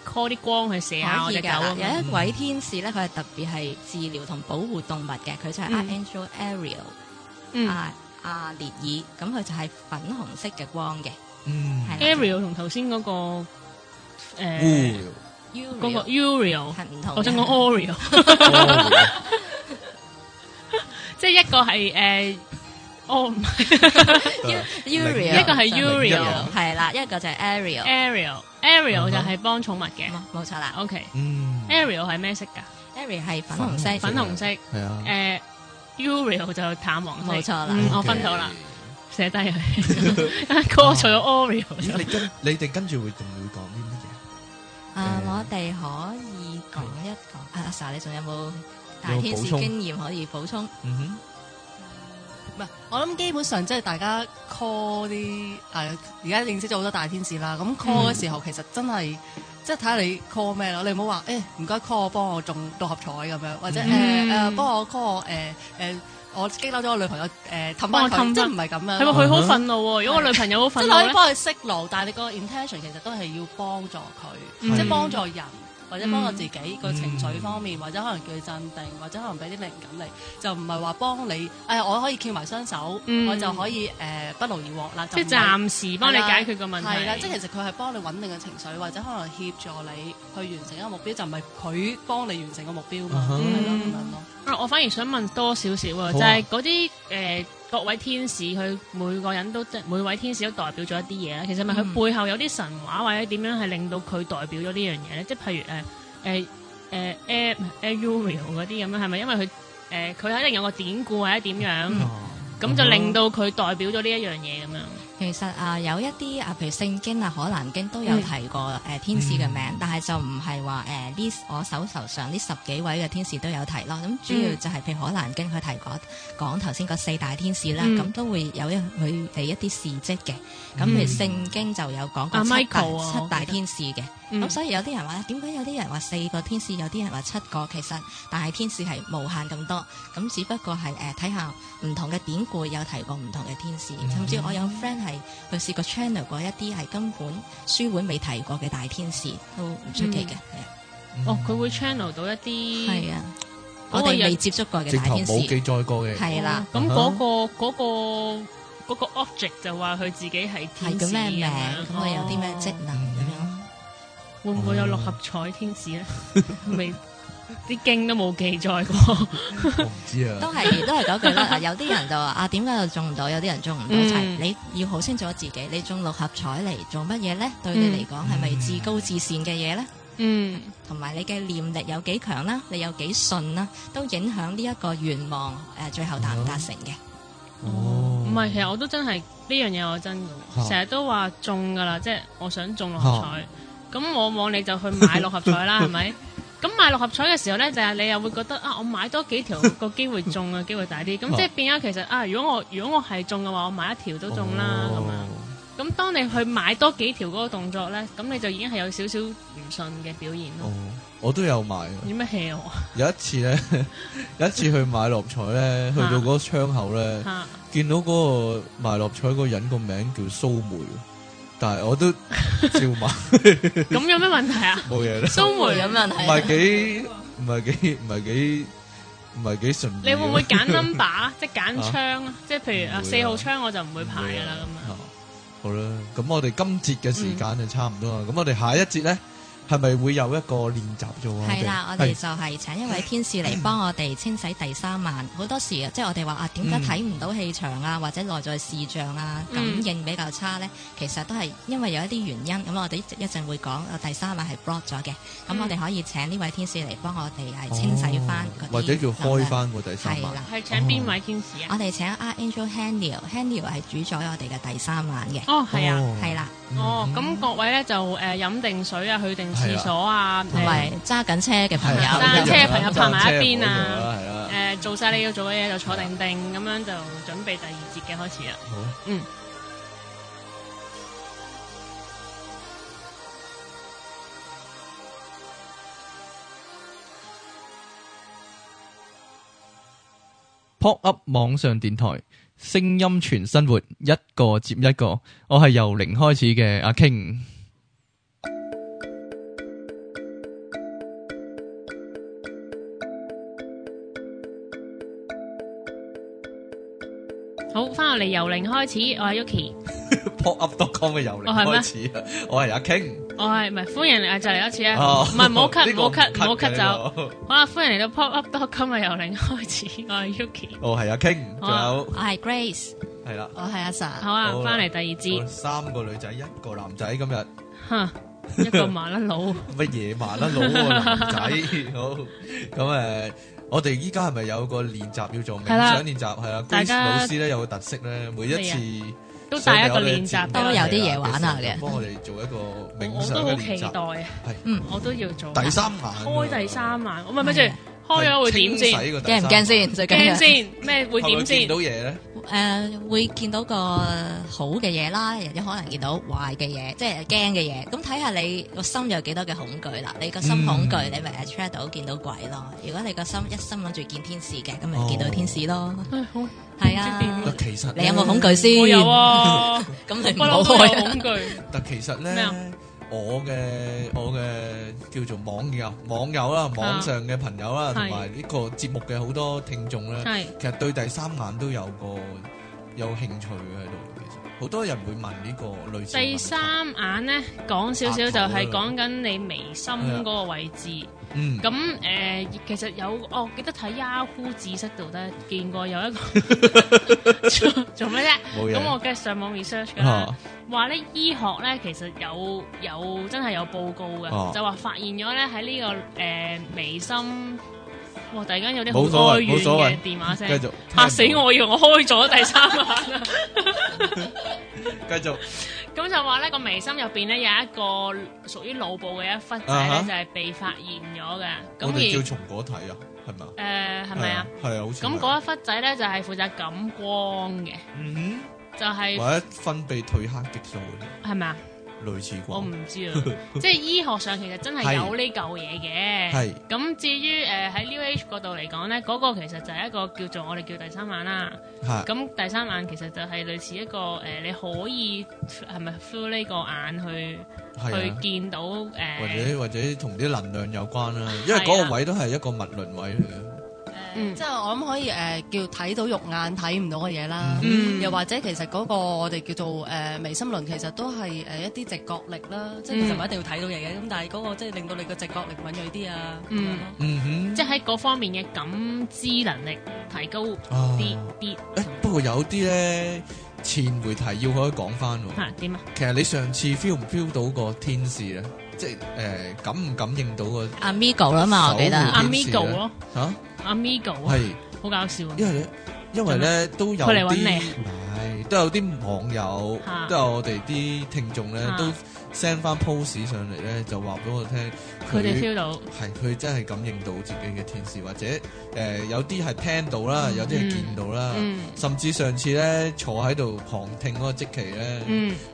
A: call 啲光去射下我
C: 可
A: 只
C: 以
A: 狗
C: 㗎啦。
A: 啊？
C: 有一位天使咧，佢係特別係治療同保護動物嘅，佢就係
A: 嗯
C: Angel Ariel
A: 嗯
C: 啊阿列爾，咁佢就係粉紅色嘅光嘅，
B: 嗯，
C: 係啦
A: ，Ariel 同頭先嗰個誒
B: 烏
A: 嗰個
C: ，Uriel
A: Uriel，
C: 係唔同嘅。
A: 我想 講哦 Oreo，即係一個係誒哦唔 係
C: Uriel，
A: 一個係
C: 就
A: Uriel
C: 係啦，一個就係 Ariel，啊
A: Ariel，Ariel
B: 嗯哼
C: Uh-huh
A: 就係幫寵物嘅
C: 冇冇錯啦。
A: ，OK。
B: 嗯，
A: Ariel 係咩色㗎？
C: Harry 係粉紅色，
A: 粉紅色，
B: 係啊，
A: 誒 Uriel 就淡黃色，
C: 冇錯啦
A: 嗯我分到啦，寫低 佢，歌除咗 Oreo
B: 咦
A: 就
B: 你跟 你哋跟住會仲會講啲乜嘢？嗯，
C: 啊我哋可以講一講。啊，阿 Sa，你仲有冇大
B: 有冇
C: 天使
B: 補充
C: 經驗可以補充？
B: 嗯
D: 唔係，我諗基本上即係大家 call 啲誒，啊而家認識咗好多大天使啦。
A: 嗯
D: 咁 call 嘅時候，其實真係即係睇下你 call 咩咯。你唔好話誒，唔該 call 我幫我中六合彩咁樣，或者誒
A: 嗯
D: 誒幫我 call 我誒誒，我激嬲咗我女朋友誒氹
A: 幫
D: 翻
A: 我氹
D: 佢，即係
A: 返
D: 唔係咁
A: 係咪
D: 樣。
A: 佢好憤怒喎？如果我女朋友好憤怒
D: 即係你可以
A: 咧，
D: 幫佢 s i 但係你個 intention 其實都係要幫助
A: 嗯
D: 佢，即係幫助人。或者幫助自己個
B: 嗯
D: 情緒方面，或者可能叫佢鎮定，或者可能俾啲靈感你，就唔係話幫你，誒、我可以翹埋雙手，
A: 嗯
D: 我就可以誒、不勞而獲啦。
A: 即係暫時幫你解決個問題。
D: 係啦，即係其實佢係幫你穩定嘅情緒，或者可能協助你去完成一個目標，就唔係佢幫你完成個目標
B: 啊
D: 嘛，
B: 哈
D: 係咯咁
A: 嗯
D: 樣咯。
A: 啊，我反而想問多少少啊，
B: 好啊
A: 就係嗰啲誒各位天使，佢每個人都即係每位天使都代表咗一啲嘢啦。其實咪佢
C: 嗯
A: 背後有啲神話或者點樣係令到佢代表咗呢樣嘢咧？即係譬如誒誒誒 a u r i l 嗰啲咁樣，係咪因為佢誒佢一定有個典故或者點樣
B: 哼，
A: 咁就令到佢代表咗呢一樣嘢咁樣？
C: 其實啊，有一啲啊，譬如聖經啊、可蘭經都有提過誒、呃天使嘅名，但係就唔係話誒呢我手頭上呢十幾位嘅天使都有提咯。咁主要就係譬如可蘭經佢提過講頭先嗰四大天使啦，
A: 嗯
C: 咁、都會有一佢哋一啲事蹟嘅。咁
B: 嗯
C: 譬如聖經就有講
A: 啊
C: 過七大、
A: Michael 啊
C: 七
A: 我記
C: 大
A: 得
C: 天使嘅。咁、
A: 嗯
C: 所以有啲人話點解有啲人話四個天使，有啲人話七個，其實但係天使係無限咁多，咁只不過係誒睇下唔同嘅典故有提過唔同嘅天使，甚至我有 friend 係佢試過 channel 過一啲係根本書本未提過嘅大天使，都唔出奇嘅。
A: 哦，佢會 channel 到一啲
C: 係啊，
A: 嗰個
C: 我哋
A: 人
C: 未接觸過嘅
B: 直
C: 大
B: 頭
C: 天
B: 冇
C: 使，
B: 記載過嘅，
C: 係啦，
A: 哦咁
B: 啊
A: 嗰個嗰個嗰個 object 就話佢自己係
C: 係
A: 天
C: 叫
A: 使
C: 咩名？
A: 樣
C: 咁佢有啲咩
A: 哦
C: 職能咁樣？
A: 會唔會有六合彩天使咧？ 未，啲經都冇記載過。
B: 我唔知啊。
C: 都係都係嗰句啦。有啲人就話啊，點解又中唔到？有啲人中唔到
A: 嗯
C: 就係你要好清楚自己，你中六合彩嚟做乜嘢咧？對你嚟講係咪至高至善嘅嘢咧？
A: 嗯，
C: 同埋你嘅念力有幾強啦，你有幾信啦，都影響呢一個願望誒、呃最後達唔達成嘅。
B: 哦，
A: 唔係，其實我都真係呢樣嘢我真嘅
B: 嚇
A: 喎，成日都話中㗎啦，即係我想中六合彩。咁往往你就去買六合彩 啦，係咪？咁買六合彩嘅時候咧，就係你又會覺得啊，我買多 幾條個機會中嘅機會大啲。咁即係變咗其實啊，如果我如果我係中嘅話，我買一條都中啦咁樣。咁當你去買多幾條嗰個動作咧，咁你就已經係有少少唔信嘅表現咯。
B: 哦，我都有買啊。
A: 你咩 hea 我啊
B: 有一次咧，有一次去買六合彩咧，去到嗰個窗口咧，
A: 嚇？
B: 見到嗰個賣六合彩嗰個人個名叫蘇梅，但係 我都照買
A: 咁有咩問題啊？
B: 冇嘢啦，
A: 蘇梅
C: 咁樣
B: 唔係幾唔係幾唔係幾唔係幾順意
A: 你會唔會揀 number 啊即係揀槍啊？即係譬如啊，
B: 唔
A: 四
B: 會啊
A: 號槍我就唔會排
B: 唔會
A: 噶
B: 啊
A: 啦咁
B: 啊
A: 樣。
B: 好啦，咁我哋今節嘅時
C: Ừ.
B: 間就差唔多啦，咁我哋下一節咧係咪會有一個練習做啊？
C: 係啦，我哋就係請一位天使嚟幫我哋清洗第三眼。好多時啊，即係我哋話啊，點解睇唔到氣場啊，或者內在視像啊，感
A: 嗯
C: 應比較差呢？其實都係因為有一啲原因。咁我哋一陣會講，啊第三眼係 block 咗嘅。咁我哋可以請呢位天使嚟幫我哋係清洗翻
B: 哦
C: 嗰啲
B: 或者叫開翻個第三
C: 能
B: 眼。
C: 量。係啦，
A: 係請邊位天使
C: 我
A: 啊？
C: 哋請 Archangel Haniel，Haniel 係主宰我哋嘅第三眼嘅。
A: 哦，係啊。
B: 哦
C: 係啦，
A: 哦，
B: 嗯
A: 咁各位咧就誒飲定水啊，去定廁所啊，
C: 同埋
A: 誒
C: 揸緊車嘅朋友。
A: 係啦揸緊車嘅朋友拍埋一邊啊
B: 係啦，
A: 誒做晒你要做嘅嘢就坐定定，咁樣就準備第二節嘅開始啦。
B: 好啊
A: 嗯。
B: Pop Up 網上電台，聲音全生活，一個接一個。我係由零開始嘅阿 King。
A: 好，翻到嚟由零開始，我係 Yuki，
B: Pop Up.com 嘅由零
A: 哦係咩
B: 開始啊，我係阿 King。
A: 我係唔係歡迎嚟就嚟一次啊？
B: 哦
A: 唔係唔 好 cut，
B: 呢
A: 唔
B: 個
A: 好 cut，唔好 cut 走。
B: 嘅呢個
A: 好啦，歡迎嚟到 pop up dot com 啊，由零開始，我係 Yuki。
B: 我係阿 King，仲
A: 好
B: 有
C: 我係 Grace，
B: 係啦，
D: 我係阿 Sa，
A: 好啊
B: 好，啦
A: 翻嚟第二節
B: 我。三個女仔一個男仔今日。
A: 哼，一個麻甩佬。
B: 乜嘢麻甩佬喎男仔？好咁诶，我哋依家係咪有個練習要做冥
A: 係啦
B: 想練習？係啦
A: 大
B: ，Grace
A: 家
B: 老師咧有個特色咧，每一次
A: 都帶一個練習
B: 上嚟我哋節目
C: 都有啲嘢玩啊
B: 嘅時候，幫我哋做一個冥
A: 我
B: 想
A: 都
B: 嘅
A: 好期
B: 練習。
A: 待，
B: 係
C: 嗯
A: 我都要做。
B: 第三眼啊，
A: 開第三眼，我咪咪住
C: 係
A: 開
C: 啊
A: 咗會點先？
C: 驚唔驚先？最緊要
A: 驚。先咩會點
B: 見
A: 先？
B: 到嘢咧？
C: 誒、會見呃到個好嘅嘢啦，亦有可能見到壞嘅嘢，即係驚嘅嘢。咁睇下你個心有幾多嘅恐懼啦。你個心恐懼，
B: 嗯
C: 你咪 attract 到見到鬼咯。如果你個心一心諗住見天使嘅，咁
B: 哦
C: 咪見到天使咯。
A: 唉好
C: 係、
A: 唔知點
C: 啊
A: 啊，
B: 其實
C: 你有冇恐懼先？
A: 我有 啊，
C: 咁你
A: 不
C: 唔好
A: 嬲都有
C: 開啊。
A: 恐懼。
B: 但其實
A: 咩
B: 咧
A: 啊，
B: 我嘅我嘅叫做網友網友啦，網上嘅朋友啦，
A: 係
B: 同埋呢個節目嘅好多聽眾咧，
A: 係
B: 其實對第三眼都有個有興趣喺度。其實好多人會問呢個類似嘅問題
A: 第，三眼咧，講少少就係講緊你眉心嗰個位置。
B: 嗯，
A: 咁誒、呃其實有哦，我記得睇 Yahoo 知識度咧見過 有一個 做做咩啫？
B: 冇嘢
A: 咁我梗係上網 research 㗎啦
B: 啊。
A: 話咧醫學咧其實有有真係有報告嘅，
B: 哦
A: 就話發現咗咧喺呢個誒、呃眉心。哇！突然間有啲
B: 冇
A: 好
B: 所
A: 哀
B: 謂
A: 怨
B: 冇所謂
A: 嘅電話
B: 繼
A: 聲，
B: 續
A: 嚇死我！以為我開咗第三眼啦。
B: 繼續
A: 咁就話咧個眉心入邊咧有一個屬於腦部嘅一忽仔咧
B: 啊哈
A: 就係被發現咗嘅。
B: 我哋叫
A: 咁
B: 松果體啊，係咪啊？
A: 而誒係咪啊？？
B: 係啊，好似係
A: 咁嗰一忽仔咧就係負責感光嘅，
B: 嗯
A: 就係
B: 哼或者分泌褪黑激素嗰啲
A: 係咪啊？
B: 類似
A: 我
B: 啩，
A: 唔知 啊，即係醫學上其實真係有呢嚿嘢嘅。
B: 係
A: 咁至於誒喺 New Age 嗰度嚟講咧，嗰、個其實就係一個叫做我哋叫第三眼啦。
B: 係
A: 咁第三眼其實就係類似一個誒、呃你可以呃係咪 feel 呢個眼去
B: 係啊。
A: 去見到誒、呃
B: 或者或者同啲能量有關啦，因為嗰個位都係一個物輪位嚟嘅，
A: 嗯
D: 誒即係我諗可以誒叫睇到肉眼睇唔到嘅嘢啦，
A: 嗯
D: 又或者其實嗰個我哋叫做誒眉心輪，其實都係誒一啲直覺力啦，即係其實唔一定要睇到嘢嘅，咁但係嗰個即係令到你個直覺力敏鋭啲啊，咁樣咯
B: 嗯哼，
A: 即係喺嗰方面嘅感知能力提高
B: 啊
A: 啲啲。
B: 誒不過有啲咧前回提要可以講翻喎。
A: 嚇點啊？
B: 其實你上次 feel 唔 feel 到個天使咧？即係誒、感唔感應到個
C: Amigo 啦嘛，我記
B: 手
C: 得
B: 啊。
A: Amigo 咯
B: 嚇？
A: ，Amigo 啊
B: 係、
A: 好搞笑啊！
B: 因為咧，因為咧都有
A: 佢嚟
B: 啲
A: 搵你
B: 係都有啲網友，
A: 嚇
B: 都有我哋啲聽眾咧
A: 嚇
B: 都 send 翻 post 上嚟咧，就話俾我聽
A: 佢哋 feel 到
B: 係佢真係感應到自己嘅天使，或者誒、呃有啲係聽到啦，有啲係見到啦，
A: 嗯
B: 甚至上次咧坐喺度旁聽嗰個即期咧，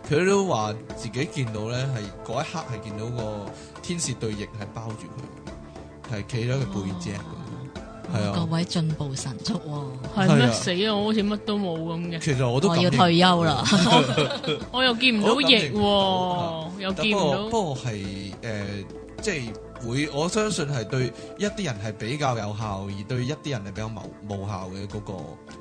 B: 佢、
A: 嗯
B: 都話自己見到咧係嗰一刻係見到個天使對翼係包住佢，係企喺佢背脊咁樣，係、
C: 各
B: 啊。
C: 位進步神速喎、
A: 係
B: 係
A: 咩
B: 啊
A: 死啊！我好似乜都冇咁嘅，
B: 其實我都
C: 我
B: 感應
C: 哦要退休啦。
A: 我又見唔到
B: 我都感
A: 翼
B: 應唔
A: 喎，又
B: 但
A: 見
B: 不過
A: 唔到。
B: 不過係誒、呃即係會我相信係對一啲人係比較有效，而對一啲人係比較無無效嘅嗰、個，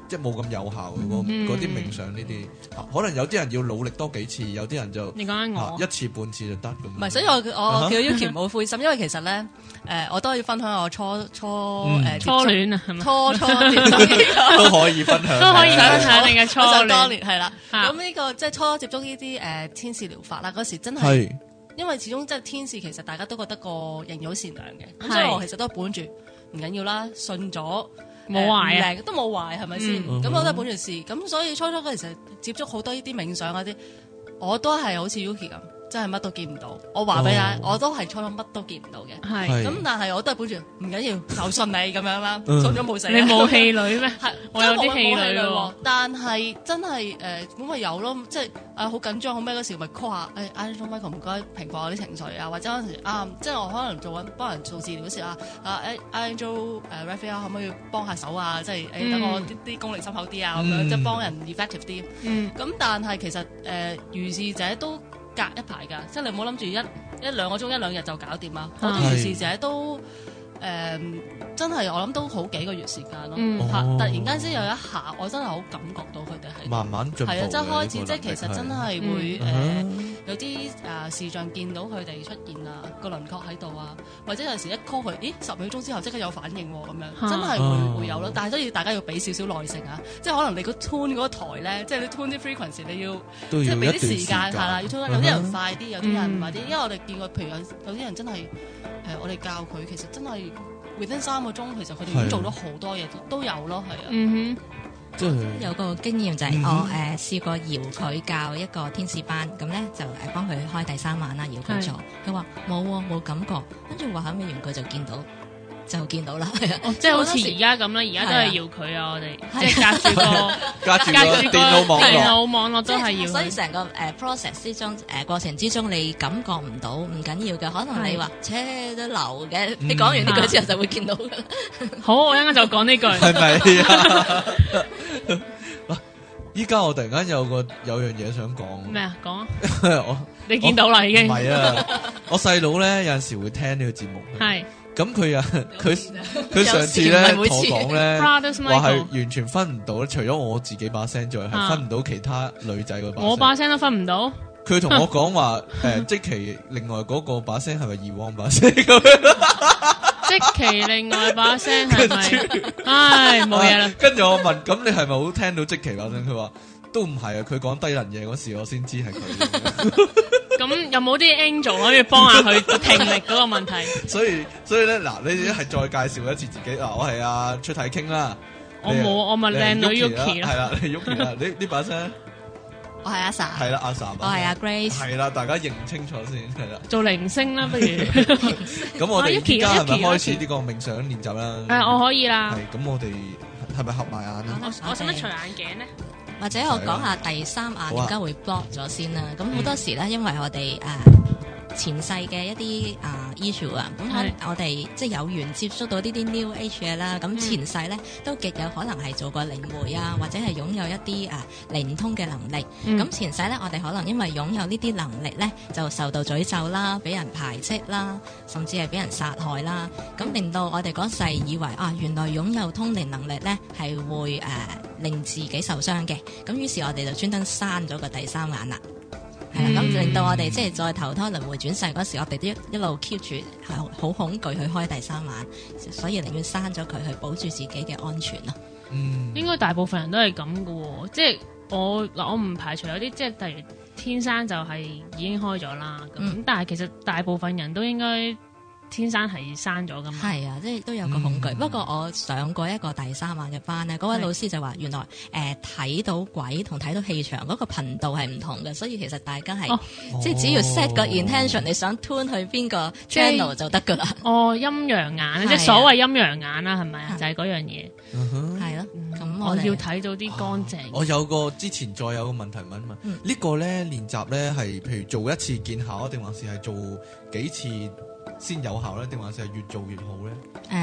B: 即係冇咁有效嘅嗰
A: 嗯
B: 嗰啲冥想呢啲、啊可能有啲人要努力多幾次，有啲人就、
A: 你講緊
B: 啊
A: 我
B: 一次半次就得咁樣。
D: 唔係，所以我我
B: 啊哈
D: 叫 Yuki 唔好灰心，因為其實咧，誒我都要分享我初初
B: 嗯
D: 誒
A: 初戀啊，係咪？
D: 初初接觸呢個。
B: 都可以分享，
A: 都可以
D: 係
A: 分享你嘅初
D: 我想當
A: 戀。
D: 年係啦，
A: 啊
D: 咁呢個即係初初接觸呢啲誒天使療法啦，嗰時真係
B: 係
D: 因為始終即係天使，其實大家都覺得個形容好善良嘅，
A: 係
D: 咁所以我其實都本住唔緊要啦，信咗
A: 冇壞啊
D: 誒唔靚都冇壞係咪先？
A: 嗯
D: 咁我都係本住試，咁所以初初嗰陣時接觸好多呢啲冥想嗰啊啲，我都係好似 Yuki 咁，真係乜都見唔到。我話俾你聽，
B: 哦
D: 我都係初初乜都見唔到嘅，
A: 係
B: 係
D: 咁但係我都係本住唔緊要，就信你咁樣啦，
B: 嗯
D: 信咗冇死啊。
A: 你冇氣女 咩？
D: 係，
A: 我有啲
D: 真係冇
A: 氣
D: 冇
A: 餒
D: 餒
A: 喎，
D: 但係真係呃誒咁咪有咯，即係啊好緊張好咩嗰時咪呃 call 下誒 i d o Michael 唔該平復我啲情緒啊，或者嗰陣時啊，即係我可能做緊幫人做治療嗰時啊，啊 Angel 誒 Raphael 可唔可以幫下手啊？即係誒等我啲啲功力深厚啲啊，咁樣
B: 嗯
D: 即係幫人 effective 啲。啊
A: 嗯，
D: 咁但係其實誒如是者都隔一排㗎，即係你唔好諗住一一兩個鐘一兩日就搞掂啊！
A: 係
D: 好多如是者都誒、呃真係我諗都好幾個月時間咯。
A: 嗯
D: 嚇
B: 哦
D: 突然間先有一下，我真係好感覺到佢哋係啊
B: 慢慢進步嘅。
D: 係啊，即係開始即係
B: 係
D: 其實真係會誒、呃
B: 嗯哼
D: 有啲誒視像見到佢哋出現啊，個輪廓喺度啊，或者有時一 call 佢，咦十秒鐘之後即刻有反應喎咁
A: 嚇
D: 樣，真係
B: 哦
D: 會會有咯。但係都要大家要俾少少耐性啊，即係可能你個 tune 嗰個台咧，即係你 tune 啲 frequency 你要。
B: 都
D: 即
B: 要
D: 係
B: 一
D: 俾
B: 段
D: 啲時間係啦，要推有啲人
B: 嗯哼
D: 快啲，有啲人
A: 嗯
D: 慢啲。因為我哋見過，譬如有有啲人真係誒，我哋教佢其實真係 within 三個鐘，其實佢哋已
B: 係
D: 經做咗好多嘢，都有咯，係啊。
A: 嗯
B: 即係
C: 有個經驗就係、
B: 嗯
C: 我誒、呃、試過搖佢教一個天使班，咁咧就誒幫佢開第三晚啦，搖佢做，佢話冇喎冇感覺，跟住話後尾完佢就見到就見到啦， 係啊
A: 哼，即係好似而家咁啦，而家都係要佢啊，我哋即係隔住個
B: 隔 住
A: 隔
B: 個
A: 住個
B: 電腦網
A: 電
B: 絡，
A: 腦網絡都係啊要
C: 所以
A: 佢。
C: 成個誒 process 之中誒過程之中，你感覺唔到唔緊要嘅，可能你話車都流嘅，你講完呢句之後就會見到㗎啦。
A: 好，我一陣間就講呢句。
B: 係咪啊？ 依家我突然間有個有樣嘢想講，
A: 咩啊？講啊，
B: 我
A: 你見到啦已
B: 唔
A: 經。
B: 係啊，我細佬咧有陣時會聽呢個節目嘅，
A: 係
B: 咁佢啊佢佢
C: 有
B: 上次咧
C: 時唔係
B: 同我
C: 每次
B: 講咧。
A: Brothers
B: 話係
A: Michael，
B: 完全分唔到，除咗我自己把聲之外，係
A: 啊
B: 分唔到其他女仔嗰把聲。
A: 我把聲都分唔到，
B: 佢同我講 話，诶，即其另外嗰個把聲係咪二汪把聲 咁樣？
A: 即其另外把聲 係咪？唉，冇嘢啦。
B: 啊跟住我問，咁你係咪好聽到即其把聲？佢話都唔係啊，佢講低能嘢嗰時，我先知係佢。
A: 咁有冇啲 angel 可以幫下佢個聽力嗰個問題？
B: 所以所以咧，嗱，你係再介紹一次自己啊嗱，我係阿出體傾啦。
A: 我冇我咪
B: 你
A: 靚
B: 係
A: 女 Yuki 啊
B: 啦，
A: 啦
B: 啊係啦，你 Yuki 啦，你呢把聲
C: 我係阿
B: 係
C: sa，
B: 啦，阿 Sa
C: 我
B: 把
C: 係
B: 聲
C: 阿 Grace，
B: 係啦，大家認清楚先係啦。
A: 做零星啦，不如。誒，
B: 咁我哋
A: 啊，Yuki，
B: 依家係咪
A: Yuki，
B: 開始呢個冥想練習啦？
A: 我啊可以啦
B: 係。咁，我哋係咪合埋眼啊？
A: 我我使唔使除眼鏡咧？
C: 或者我講下第三眼點解會 block 咗先啦。咁好多時咧，因為我哋誒、呃前世嘅一啲啊 issue 啊，咁
A: 係
C: 可我哋即係有緣接觸到呢啲 new age 嘢啦，咁前世咧都極有可能係做過靈媒啊，或者係擁有一啲啊靈唔通嘅能力。
A: 嗯
C: 咁前世咧，我哋可能因為擁有呢啲能力咧，就受到詛咒啦，俾人排斥啦，甚至係俾人殺害啦，咁
A: 嗯
C: 令到我哋嗰世以為啊，原來擁有通靈能力咧係會誒、呃令自己受傷嘅，咁於是我哋就專登閂咗個第三眼啦。係啦，咁
A: 嗯
C: 令到我哋即係再投胎輪迴轉世嗰時，我哋都一一路 keep 住係好恐懼去開第三眼，所以寧願閂咗佢去保住自己嘅安全咯。
B: 嗯，
A: 應該大部分人都係咁嘅喎，即係我嗱，我唔排除有啲即係例如天生就係已經開咗啦，咁、
C: 嗯
A: 但係其實大部分人都應該天生係生咗噶嘛，
C: 係啊，即係都有個恐懼。
B: 嗯
C: 不過我上過一個第三眼嘅班咧，嗰位
A: 係
C: 老師就話原來誒睇、到鬼同睇到氣場嗰個頻道係唔同嘅，所以其實大家係、
A: 哦
C: 即係只要 set 個 intention，你想 tune 去邊個
A: 即係
C: channel 就得㗎啦。
A: 哦，陰陽眼啊，即係
C: 係啊
A: 所謂陰陽眼啦，係咪啊？
C: 係
A: 就係嗰樣嘢，
B: 嗯哼
C: 係咯、
A: 嗯
C: 咁
A: 我
C: 我
A: 要
C: 哋
A: 睇到啲乾淨。
B: 我有個之前再有個問題問一問，
C: 嗯
B: 呢個咧練習咧係譬如做一次見效，啊定還是係做幾次先有效咧？定還是係越做越好咧？
C: 誒、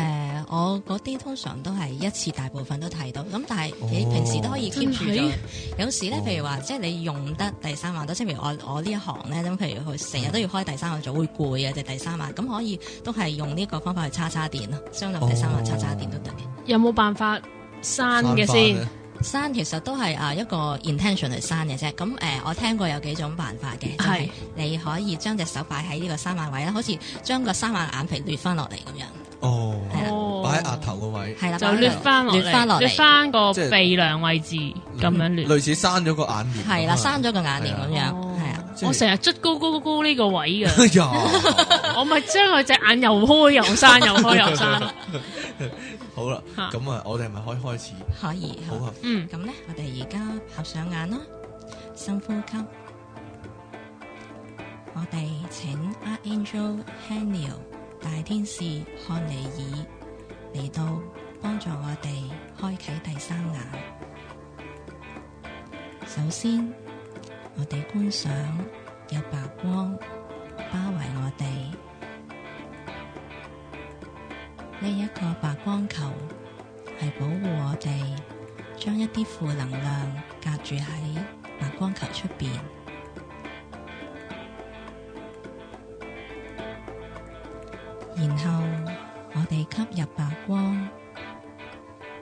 C: 我嗰啲通常都係一次大部分都睇到，咁但係你
B: 哦
C: 平時都可以 keep 住
A: 真係
C: 咗。有時咧，
B: 哦
C: 譬如話，即係你用得第三眼多，即係譬如我我呢一行咧，咁譬如佢成日都要開第三眼做，會攰啊，就第三眼，咁可以都係用呢個方法去叉叉電咯，啊相
B: 哦
C: 當第三眼叉叉電都得嘅。
A: 有冇辦法生嘅
B: 散
A: 先？
C: 刪其實都係啊一個 intention 嚟刪嘅啫。咁誒、呃我聽過有幾種辦法嘅，就
D: 啊
C: 係、
A: 係
C: 你可以將隻手擺喺呢個三眼位啦，好似將個三眼眼皮掠翻落嚟咁樣，
B: 飯哦，
C: 係啦
A: 哦
B: 擺喺額頭個位，
C: 係啦，
A: 就掠翻落
C: 掠翻
A: 嚟，
C: 落
A: 掠
C: 嚟。
A: 翻個
B: 即係嗯
A: 鼻梁位置咁樣掠。
B: 類似生咗個眼簾咁啊，
C: 係啦，生咗個眼簾咁樣，
A: 哦
C: 係啊，
B: 即係
A: 我成日捽高高高呢個位噶。
B: 哎 呀，
A: 我咪將佢隻眼又開又生，又開又生 咯。
B: 好啦，
A: 嚇
B: 咁啊，我哋係咪可以開始？
C: 可以。
B: 好啊，
A: 嗯，
C: 咁咧，我哋而家合上眼啦，深呼吸。我哋請 Archangel Haniel 大天使漢尼爾嚟到幫助我哋開啟第三眼。首先，我哋觀想有白光包圍我哋，呢一個白光球係保護我哋。將一啲負能量隔住喺白光球出邊。然後我哋吸入白光，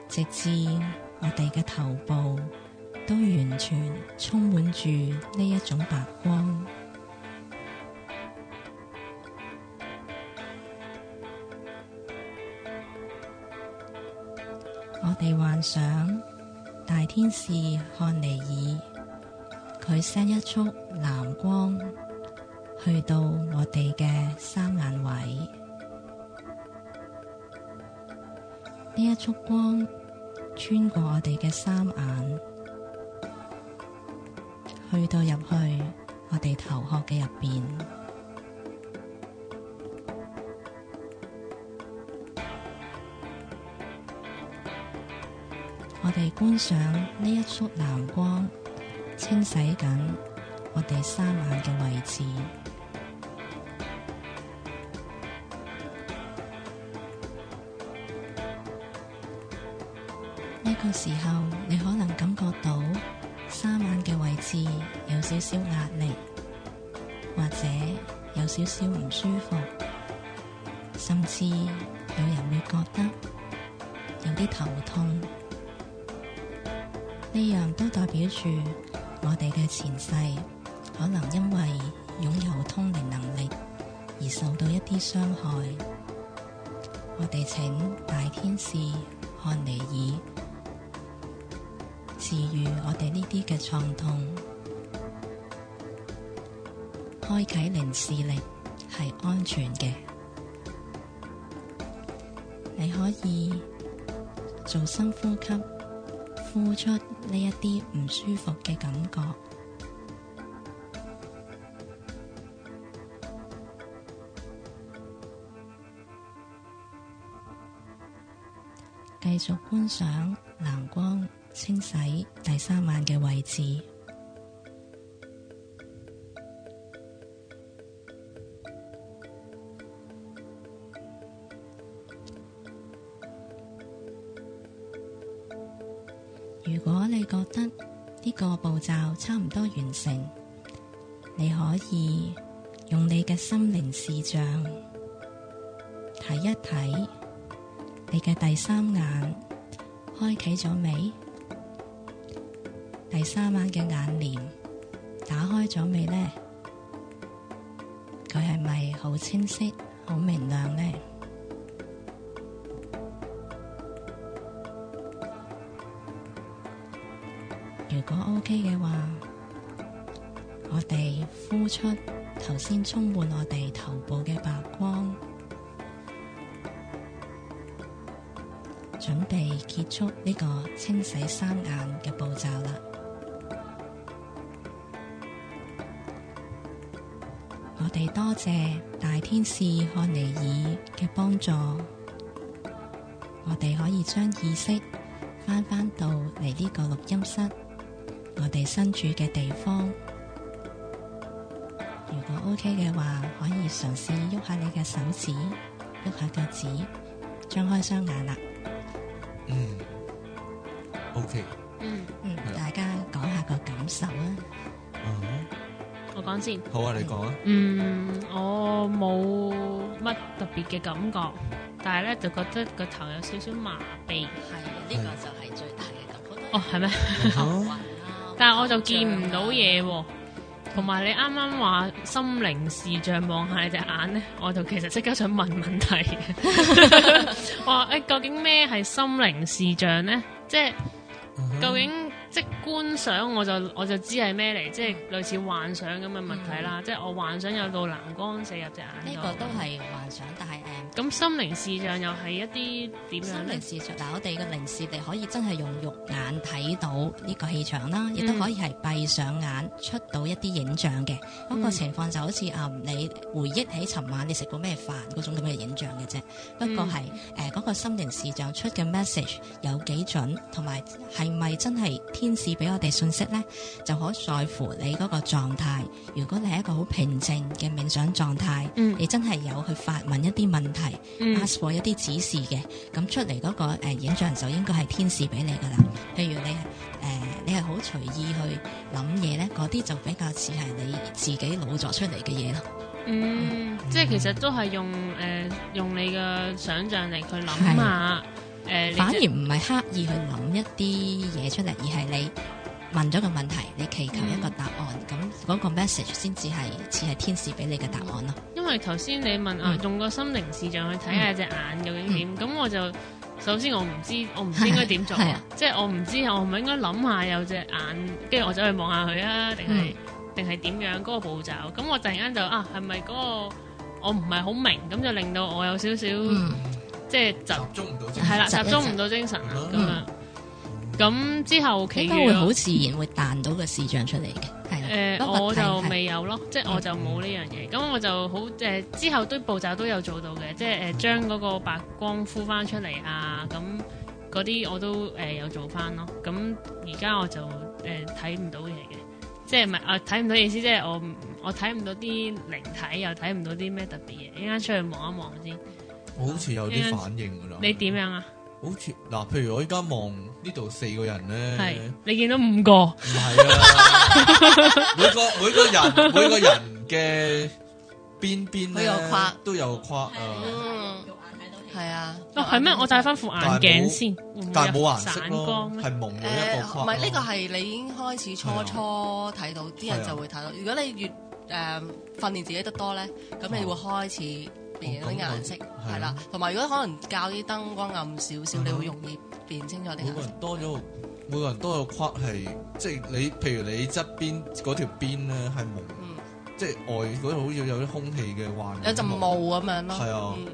C: 直至我哋嘅頭部都完全充滿住呢一種白光。我哋幻想大天使漢尼爾，佢 send 一束藍光去到我哋嘅三眼位，呢一束光穿過我哋嘅三眼，去到入去我哋頭殼嘅入邊。我哋觀賞呢一束藍光清洗緊我哋三眼嘅位置，呢個時候你可能感覺到三眼嘅位置有少少壓力，或者有少少唔舒服，甚至有人會覺得有啲頭痛。呢樣都代表住我哋嘅前世可能因為擁有通靈能力而受到一啲傷害。我哋請大天使漢尼爾治癒我哋呢啲嘅創痛，開啟靈視力係安全嘅。你可以做深呼吸。呼出呢一啲唔舒服嘅感覺，繼續觀賞藍光清洗第三眼嘅位置。如果你覺得呢個步驟差唔多完成，你可以用你嘅心靈視像睇一睇你嘅第三眼開啟咗未？第三眼嘅眼簾打開咗未呢？佢係咪好清晰、好明亮呢？如果 OK 嘅話，我哋呼出頭先充滿我哋頭部嘅白光，準備結束呢個清洗三眼嘅步驟啦。我哋多謝大天使漢尼爾嘅幫助，我哋可以將意識翻返到嚟呢個錄音室。我哋身處嘅地方，如果 OK 嘅話，可以嘗試喐下你嘅手指，喐下腳趾，張開雙眼啦。
B: 嗯，OK，
A: 嗯，
C: 嗯
B: 係，啦
C: 大家講下個感受啊。
B: 啊，
A: 我講先。
B: 好啊，你講啊，
A: 嗯，我冇乜特別嘅感覺，但係咧就覺得個頭有少少麻痹。
C: 係啊，
B: 呢個
C: 就係最大嘅感覺。
A: 哦，係咩？
B: 嗯
C: 啊
A: 但係我就見唔到嘢喎。同埋你啱啱話心靈視像望下你隻眼咧，我就其實即刻想問問 題。我話誒、究竟咩係心靈視像咧？即係
C: 嗯
B: 嗯
A: 究竟即係觀想，我就我就知係咩嚟，即係
C: 嗯
A: 類似幻想咁嘅物體啦。即係我幻想有道藍光射入隻眼
C: 呢
A: 度。
C: 個都係幻想，但係誒。
A: 咁心靈視像又係一啲點
C: 心
A: 樣咧
C: 靈？視像嗱，我哋嘅靈視力可以真係用肉眼睇到呢個氣場啦，亦都可以係閉上眼出到一啲影像嘅。嗰、個
A: 嗯
C: 情況就好似啊、你回憶起尋晚你食過咩飯嗰種咁嘅影像嘅啫。不過係誒嗰個心靈視像出嘅 message 有幾準，同埋係咪真係天使俾我哋信息呢？就可在乎你嗰個狀態。如果你係一個好平靜嘅冥想狀態，
A: 嗯
C: 你真係有去發問一啲問題。
A: 嗯
C: ask for 一啲指示嘅，咁出嚟嗰、個、呃、影像就應該係天使俾你噶啦。譬如你係誒、呃你係好隨意去諗嘢咧，嗰啲就比較似係你自己腦作出嚟嘅嘢咯。
A: 嗯，即係其實都係用誒用你嘅想像力去諗下誒，
C: 反
A: 你
C: 而
A: 即
C: 唔係刻意去諗一啲嘢出嚟，而係你問咗個問題，你祈求一個答案，咁嗰、個 message 先至係似係天使俾你嘅答案咯。
A: 因為頭先你問啊，
C: 嗯
A: 用個心靈視像去睇下隻眼究竟點，咁我就首先我唔知，我唔知應該點做
C: 係啊
A: 啊，即係我唔知我係咪應該諗下有隻眼，跟住我走去望下佢啊，定
C: 嗯
A: 係定係點樣嗰個步驟？咁我突然間就啊，係咪嗰個我唔係好明，咁就令到我有少少
C: 嗯，
A: 即係
B: 集
A: 窒，
B: 中唔到精
A: 係啦，
C: 窒一窒
A: 集中唔到精神啊咁樣
C: 嗯。
A: 咁之後其
C: 應
A: 餘
C: 該會
A: 我
C: 好自然會彈到個視像出嚟嘅，係啦。
A: 誒、
C: 不過
A: 呃我
C: 係
A: 就
C: 係
A: 未有咯，即
B: 嗯
A: 係我就冇呢樣嘢。咁我就好誒、之後都步驟都有做到嘅，即係誒、呃將嗰個白光敷翻出嚟啊，咁嗰啲我都誒、有做翻咯。咁而家我就誒呃睇唔到嘢嘅，即係唔係啊睇唔到意思，即係我唔我睇唔到啲靈體，又睇唔到啲咩特別嘢。一陣間出去望一望先。
B: 哦我好似有啲反應噶啦。
A: 嗯你點？樣啊？
B: 好似嗱，譬如我依家望呢度四個人
A: 係
B: 咧，
A: 你見到五個
B: 唔係啊，每個每個人每個人嘅邊邊
D: 佢有
B: 咧
D: 框
B: 都有框啊，
C: 嗯
D: 係啊，
A: 嗯哦係咩？我戴翻副眼鏡先，會唔會
B: 但係
A: 有
B: 冇顏色
A: 散
B: 咯，
A: 光咧？
B: 係蒙咗一
D: 誒
B: 個
D: 唔
B: 框。
D: 係啊呢個係你已經開始初
B: 係啊
D: 初睇到，啲
B: 係
D: 人
B: 啊
D: 就會睇到。如果你越誒、訓練自己得多咧，咁你會開始變
B: 哦
D: 啲
B: 咁
D: 顏色，
B: 係
D: 係啦
B: 啊。
D: 同埋如果可能較啲燈光暗少少，
B: 嗯
D: 你會容易辨清楚啲
B: 每
D: 顏
B: 個
D: 色。
B: 人多咗，每個人多咗框係，即係你譬如你側邊嗰條邊咧係蒙，
D: 嗯
B: 即係外嗰度好似有啲空氣嘅幻影。
D: 有陣霧咁樣咯，
B: 係啊
D: 嗯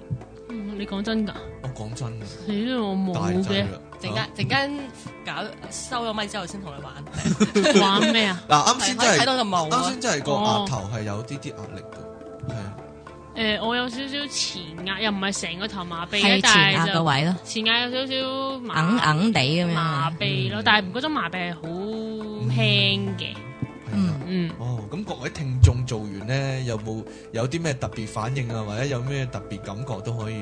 A: 嗯你講真㗎？
B: 我哦講真嘅，啊
A: 你呢度我冇
B: 大啊劑
A: 嘅。
B: 啦。
D: 陣間陣間搞收咗咪之後先同你玩，
A: 玩咩啊？
B: 嗱，啱先真
D: 係
B: 係
D: 睇到個霧啊
B: 啱先真係個額頭係有啲啲壓力嘅，係啊
A: 诶、我有少少前壓，又唔係成個頭麻痹嘅
C: 係，前
A: 但
C: 壓
A: 係
C: 個
A: 就
C: 位咯，
A: 前壓有少少
C: 硬
A: 麻
C: 硬地咁
A: 麻啊
C: 樣。
A: 痹咯，
B: 嗯
A: 但係嗰種麻痹係好輕嘅，
B: 係啊。
C: 嗯，
A: 嗯。
B: 哦，咁各位聽眾做完咧，有冇有啲咩特別反應啊，或者有咩特別感覺都可以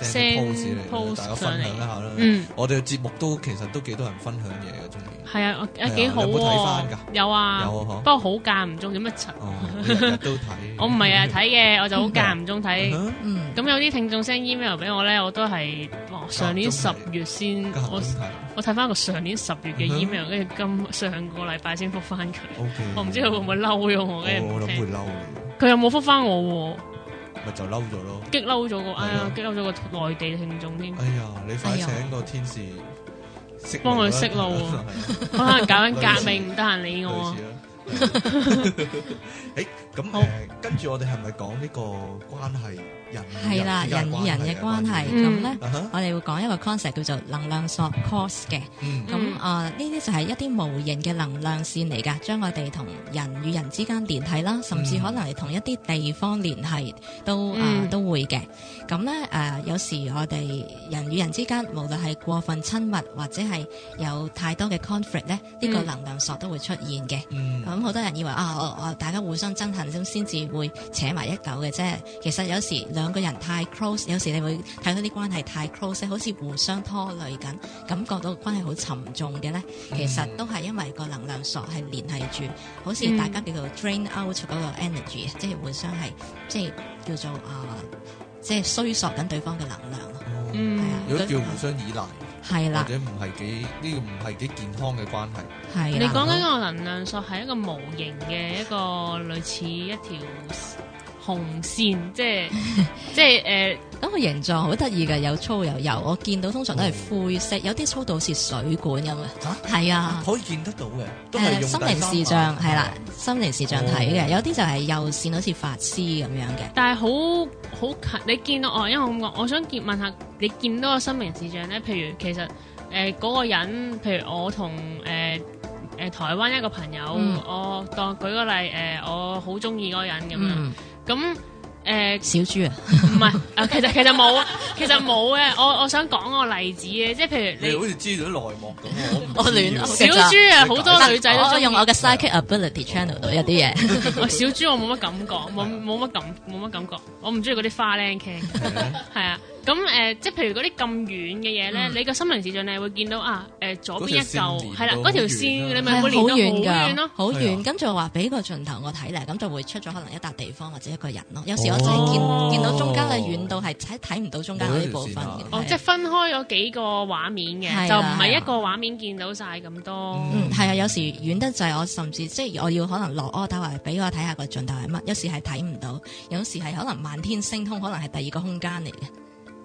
B: send
A: send
B: post 嚟，
A: post
B: 大家分享一下啦。
A: 嗯，
B: 我哋嘅節目都其實都幾多人分享嘢嘅，中 意。
A: 係啊，我
B: 係啊
A: 誒幾好
B: 有冇睇返㗎
A: 喎，有啊，
B: 有啊
A: 不過好間唔中，點乜柒？。
B: 哦，日日都睇
A: 我唔係 啊睇嘅，我就好間唔中睇。
B: 嗯
C: 嗯，
A: 咁有啲聽眾 send email 俾我咧，我都係哇上年十
B: 間唔中睇
A: 月先，
B: 間唔
A: 我
B: 中睇。
A: 我睇翻個上年十月嘅
B: 嗯哼
A: email，跟住今上個禮拜先覆翻佢，
B: O K。
A: 我唔知佢會唔會嬲咗我，
B: 我
A: 跟住
B: 哦我
A: 唔
B: 諗
A: 聽
B: 會。嬲你，
A: 佢又冇覆翻我喎。
B: 咪就嬲咗咯。
A: 激嬲咗個，哎
B: 係
A: 呀
B: 啊，
A: 激嬲咗個內地聽眾添，
B: 哎呀，你快
C: 哎呀
B: 請個天使識
A: 幫佢
B: 識
A: 識 路啊
B: 類
A: 可能搞緊革命，唔得閒理我啊
B: 似。 啦。誒，咁
A: 好
B: 誒，跟住我哋係咪講呢個關係人與
C: 係啦，
B: 之間
C: 人與人
B: à,
C: 嘅關係
A: 嗯
C: 咁咧。
B: 啊哈，
C: 我哋會講一個 concept 叫做能量索 course 嘅，
B: 嗯
C: 咁啊呢啲就係一啲無形嘅能量線嚟㗎，將我哋同人與人之間聯繫啦，甚至
B: 嗯
C: 可能係同一啲地方聯繫都啊、
A: 嗯
C: 都會嘅。咁咧誒，有時我哋人與人之間，無論係過分親密或者係有太多嘅 conflict 咧，呢、呢個
A: 嗯
C: 能量索都會出現嘅。
B: 嗯，
C: 咁好多人以為啊，我我大家互相憎恨咁先至會扯埋一嚿嘅啫。其實有時兩個人太 close，有時你會睇到啲關係太 close，好似互相拖累緊，感覺到關係好沉重嘅咧。
A: 嗯
C: 其實都係因為個能量索係連係住，好似
A: 嗯
C: 大家叫做 drain out 嗰個 energy，即係互相係即係叫做啊、即係衰索緊對方嘅能量咯。
B: 哦
A: 嗯
C: 係啊
B: 如果叫互相依賴，
C: 係
B: 或
C: 啦，
B: 者唔係幾呢個唔係幾健康嘅關係，
C: 係
A: 你
C: 啦。
A: 講緊個能量索係一個無形嘅一個類似一條紅線，即 係即係呃誒
C: 咁個形狀好得意嘅，有粗有幼。我見到通常都係灰色，有啲粗到好似水管咁嘅
B: 嚇。
C: 係啊，
B: 可以見得到嘅，都係
C: 誒
B: 用
C: 心靈視像係啦，心靈視
B: 哦
C: 像睇嘅，有啲就係右線好似法師咁樣嘅。
A: 但係好好近，你見到我，哦因為我咁講，我想見問下你見到個心靈視像咧，譬如其實誒呃嗰、個人，譬如我同誒誒台灣一個朋友，
C: 嗯
A: 我當舉個例誒、我好中意嗰個人咁啊樣，
C: 嗯，
A: 咁誒、呃
C: 小豬啊，
A: 唔係 啊，其實其實冇，其實冇嘅。我我想講個例子嘅，即係譬
B: 你
A: 如
B: 好似知道內幕咁喎，唔知
C: 我亂
B: 喎
C: 噏
A: 你小豬啊，好多女仔都
C: 我
A: 中意
C: 用我嘅 psychic ability channel 到有啲嘢。
A: 我啊小豬我冇乜感覺，冇冇乜感冇乜感覺，我唔中意嗰啲花靚 c
B: 係啊
A: 係啊。咁誒、呃即係譬如嗰啲咁遠嘅嘢咧，
C: 嗯
A: 你個心靈視像你係會見到啊誒、呃左邊一
B: 嗰條線
A: 嚿係啦，
B: 連到
A: 嗰條
B: 好遠
A: 線
B: 啊
A: 你
C: 係
A: 咪
C: 好
A: 會連到好
C: 遠
A: 遠
C: 㗎
A: 咯，。
C: 好
B: 係啊
C: 遠，咁就話俾個盡頭我睇咧，咁就會出咗可能一笪地方或者一個人咯。有時我真係
A: 哦
C: 見見到中間嘅遠度係睇睇唔到中間嗰啲部
B: 冇一
C: 分嘅
B: 條線啊。
A: 哦，
C: 係
A: 即係分開咗幾個畫面嘅，
C: 係啦啊
A: 就唔係
C: 係啦
A: 一個畫面見到晒咁多。
B: 嗯
C: 嗯，係啊，有時遠得滯，我甚至即係我要可能落 order 話俾我睇下個盡頭係乜，有時係睇唔到，有時係可能漫天星空，可能係第二個空間嚟嘅，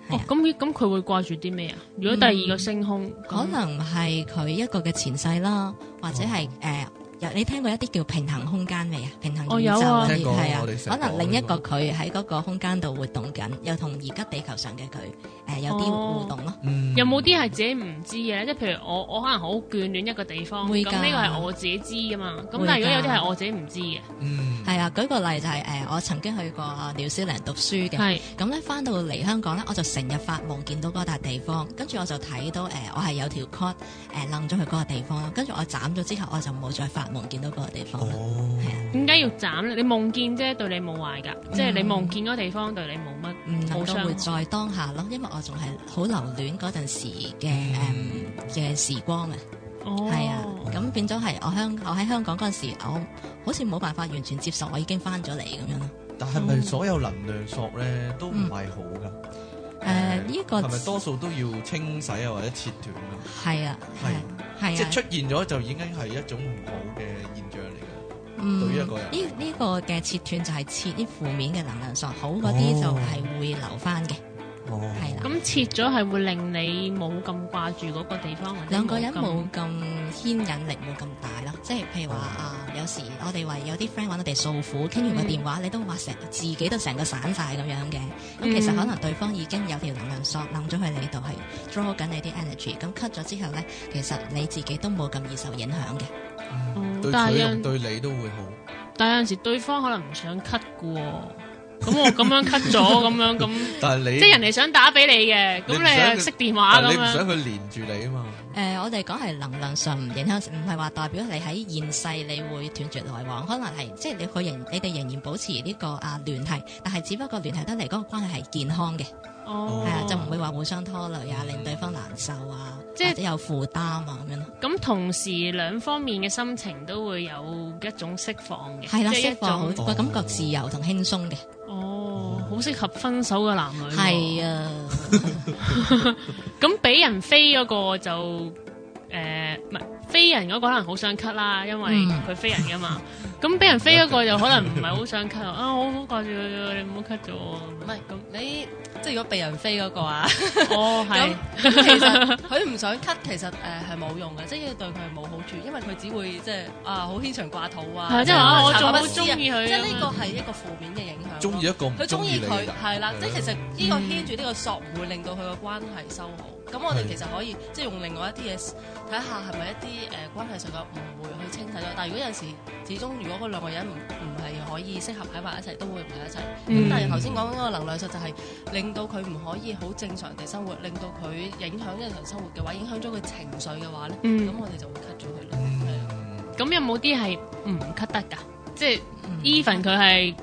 A: 哦，咁咁佢會掛住啲咩啊？如果第二個星空，咁
C: 嗯可能係佢一個嘅前世啦，或者
A: 哦
C: 係誒。有你聽過一啲叫平衡空間未啊？平衡
A: 哦
C: 宇宙
A: 有啊
C: 嗰啲
B: 聽過
C: 係啊
B: 我哋，成
C: 可
B: 日
C: 能
B: 講
C: 另一個
B: 呢
C: 佢喺嗰個空間度活動緊，又同而家地球上嘅佢誒有啲
A: 哦
C: 互動咯。
B: 嗯，
A: 有冇啲係自己唔知嘅咧？即係譬如我我可能好眷戀一個地方，
C: 會
A: 咁
C: 㗎
A: 呢個係我自己知噶嘛。咁
C: 會
A: 但係如果
C: 㗎
A: 有啲係我自己唔知嘅，
B: 嗯，
C: 係啊，舉個例就係誒，我曾經去過紐西蘭讀書嘅。
A: 係
C: 咁咧翻到嚟香港咧，我就成日發夢見到嗰笪地方，跟住我就睇到誒、呃我係有條 cord 誒楞咗去嗰個地方啦，跟住我斬咗之後，我就冇再發夢見到嗰個地方啦。
B: 哦，
C: 係啊
A: 點解要斬咧？你夢見啫，對你冇壞㗎，即係你夢見嗰個地方對你冇乜。
C: 唔嗯
A: 好
C: 能
A: 傷
C: 夠活在當下咯，因為我仲係好留戀嗰陣時嘅
B: 嗯
C: 誒嘅時光啊，
A: 哦，
C: 係啊，咁變咗係我香我喺香港嗰陣時，我好似冇辦法完全接受我已經翻咗嚟咁樣咯。
B: 但係咪所有能量索咧都唔係好噶？
C: 誒、呢、個
B: 係咪多數都要清洗啊，或者切斷啊？
C: 係啊係啊
B: 即
C: 係
B: 係
C: 啊
B: 出。現咗就已經係一種唔好嘅現象嚟嘅。
C: 嗯，
B: 對於一
C: 呢
B: 個人
C: 呢個嘅切斷就係切啲負面嘅能量索，好嗰啲
B: 哦
C: 就係會留翻嘅，
B: 哦
C: 係啦。咁
A: 咁切咗係會令你冇咁掛住嗰個地方，或者
C: 兩個人
A: 哦咁
C: 冇咁牽引力冇咁大啦，即係譬如
B: 哦
C: 話啊，有時我哋話有啲 friend 揾我哋訴苦，傾完個
A: 嗯
C: 電話，你都話成自己都成個散晒咁樣嘅，咁
A: 嗯
C: 其實可能對方已經有條能量索掕咗去你度，係 draw 緊你啲 energy，咁 cut 咗之後咧，其實你自己都冇咁易受影響嘅。
A: 哦
B: 對
A: 但係
B: 佢
A: 有
B: 同對你都會好。
A: 但有陣時對方可能唔想 cut 嘅喎，咁我咁樣 cut 咗，咁樣咁，
B: 但係你
A: 即係人哋想打俾你嘅，咁
B: 你唔想
A: 你
B: 佢
A: 又熄電話
B: 但
A: 咁
B: 係你唔想
A: 樣，
B: 佢連住你啊嘛？
C: 誒、我哋講係能量上唔影響，唔係話代表你喺現世你會斷絕來往，可能係即係你佢仍你哋仍然保持呢、個啊聯繫，但係只不過聯繫得嚟嗰個關係係健康嘅，係
A: 哦，
C: 啊、就唔會話互相拖累啊，令對方難受啊，
A: 即係
C: 或者有負擔啊咁樣咯。
A: 咁同時兩方面嘅心情都會有一種釋放嘅，
C: 係啦，
A: 即係一
C: 釋放好
A: 種
C: 個感覺自由同輕鬆嘅，
A: 哦，好適合分手嘅男女喎。
C: 係啊，
A: 咁俾人飛嗰個就誒，呃唔係飛人嗰個可能好想 cut 啦，因為
C: 嗯
A: 佢飛人噶嘛。咁俾人飛嗰個就可能唔係好想 cut 啊，我好掛住佢，你唔好 cut 咗我。
D: 唔係咁你即係如果被人飛嗰個啊，
A: 哦，係
D: 咁。咁其 實佢唔想 cut，其實誒呃係冇用嘅，即係對佢係冇好處，因為佢只會即係啊好牽腸掛肚啊，
A: 係即係話
D: 或
A: 我
D: 者
A: 仲
D: 茶
A: 好
D: 不思啊
A: 中意佢
D: 即係呢個係一個負面嘅影響咯。
B: 中意一個唔
D: 佢中
B: 意
D: 意
B: 你啊
D: 佢
B: 嘅人
D: 係啊啦，即係其實呢個牽住呢個索唔會令到佢個關係收好。咁我哋
B: 係
D: 其實可以即係用另外一啲嘢睇下係咪一啲誒、呃、關係上嘅誤會去清洗咗。但係如果有陣時始終如果嗰兩個人唔唔係可以適合喺埋一齊，都會唔喺一齊。咁、
A: 嗯
D: 但係頭先講嗰個能量術就係令到佢唔可以好正常地生活，令到佢影響日常生活嘅話，影響咗佢情緒嘅話咧，咁、
A: 嗯
D: 我哋就會 cut 咗 佢啦。係啊
B: 嗯
A: 咁有冇啲係唔 cut 得㗎？即係
C: 嗯
A: even 佢係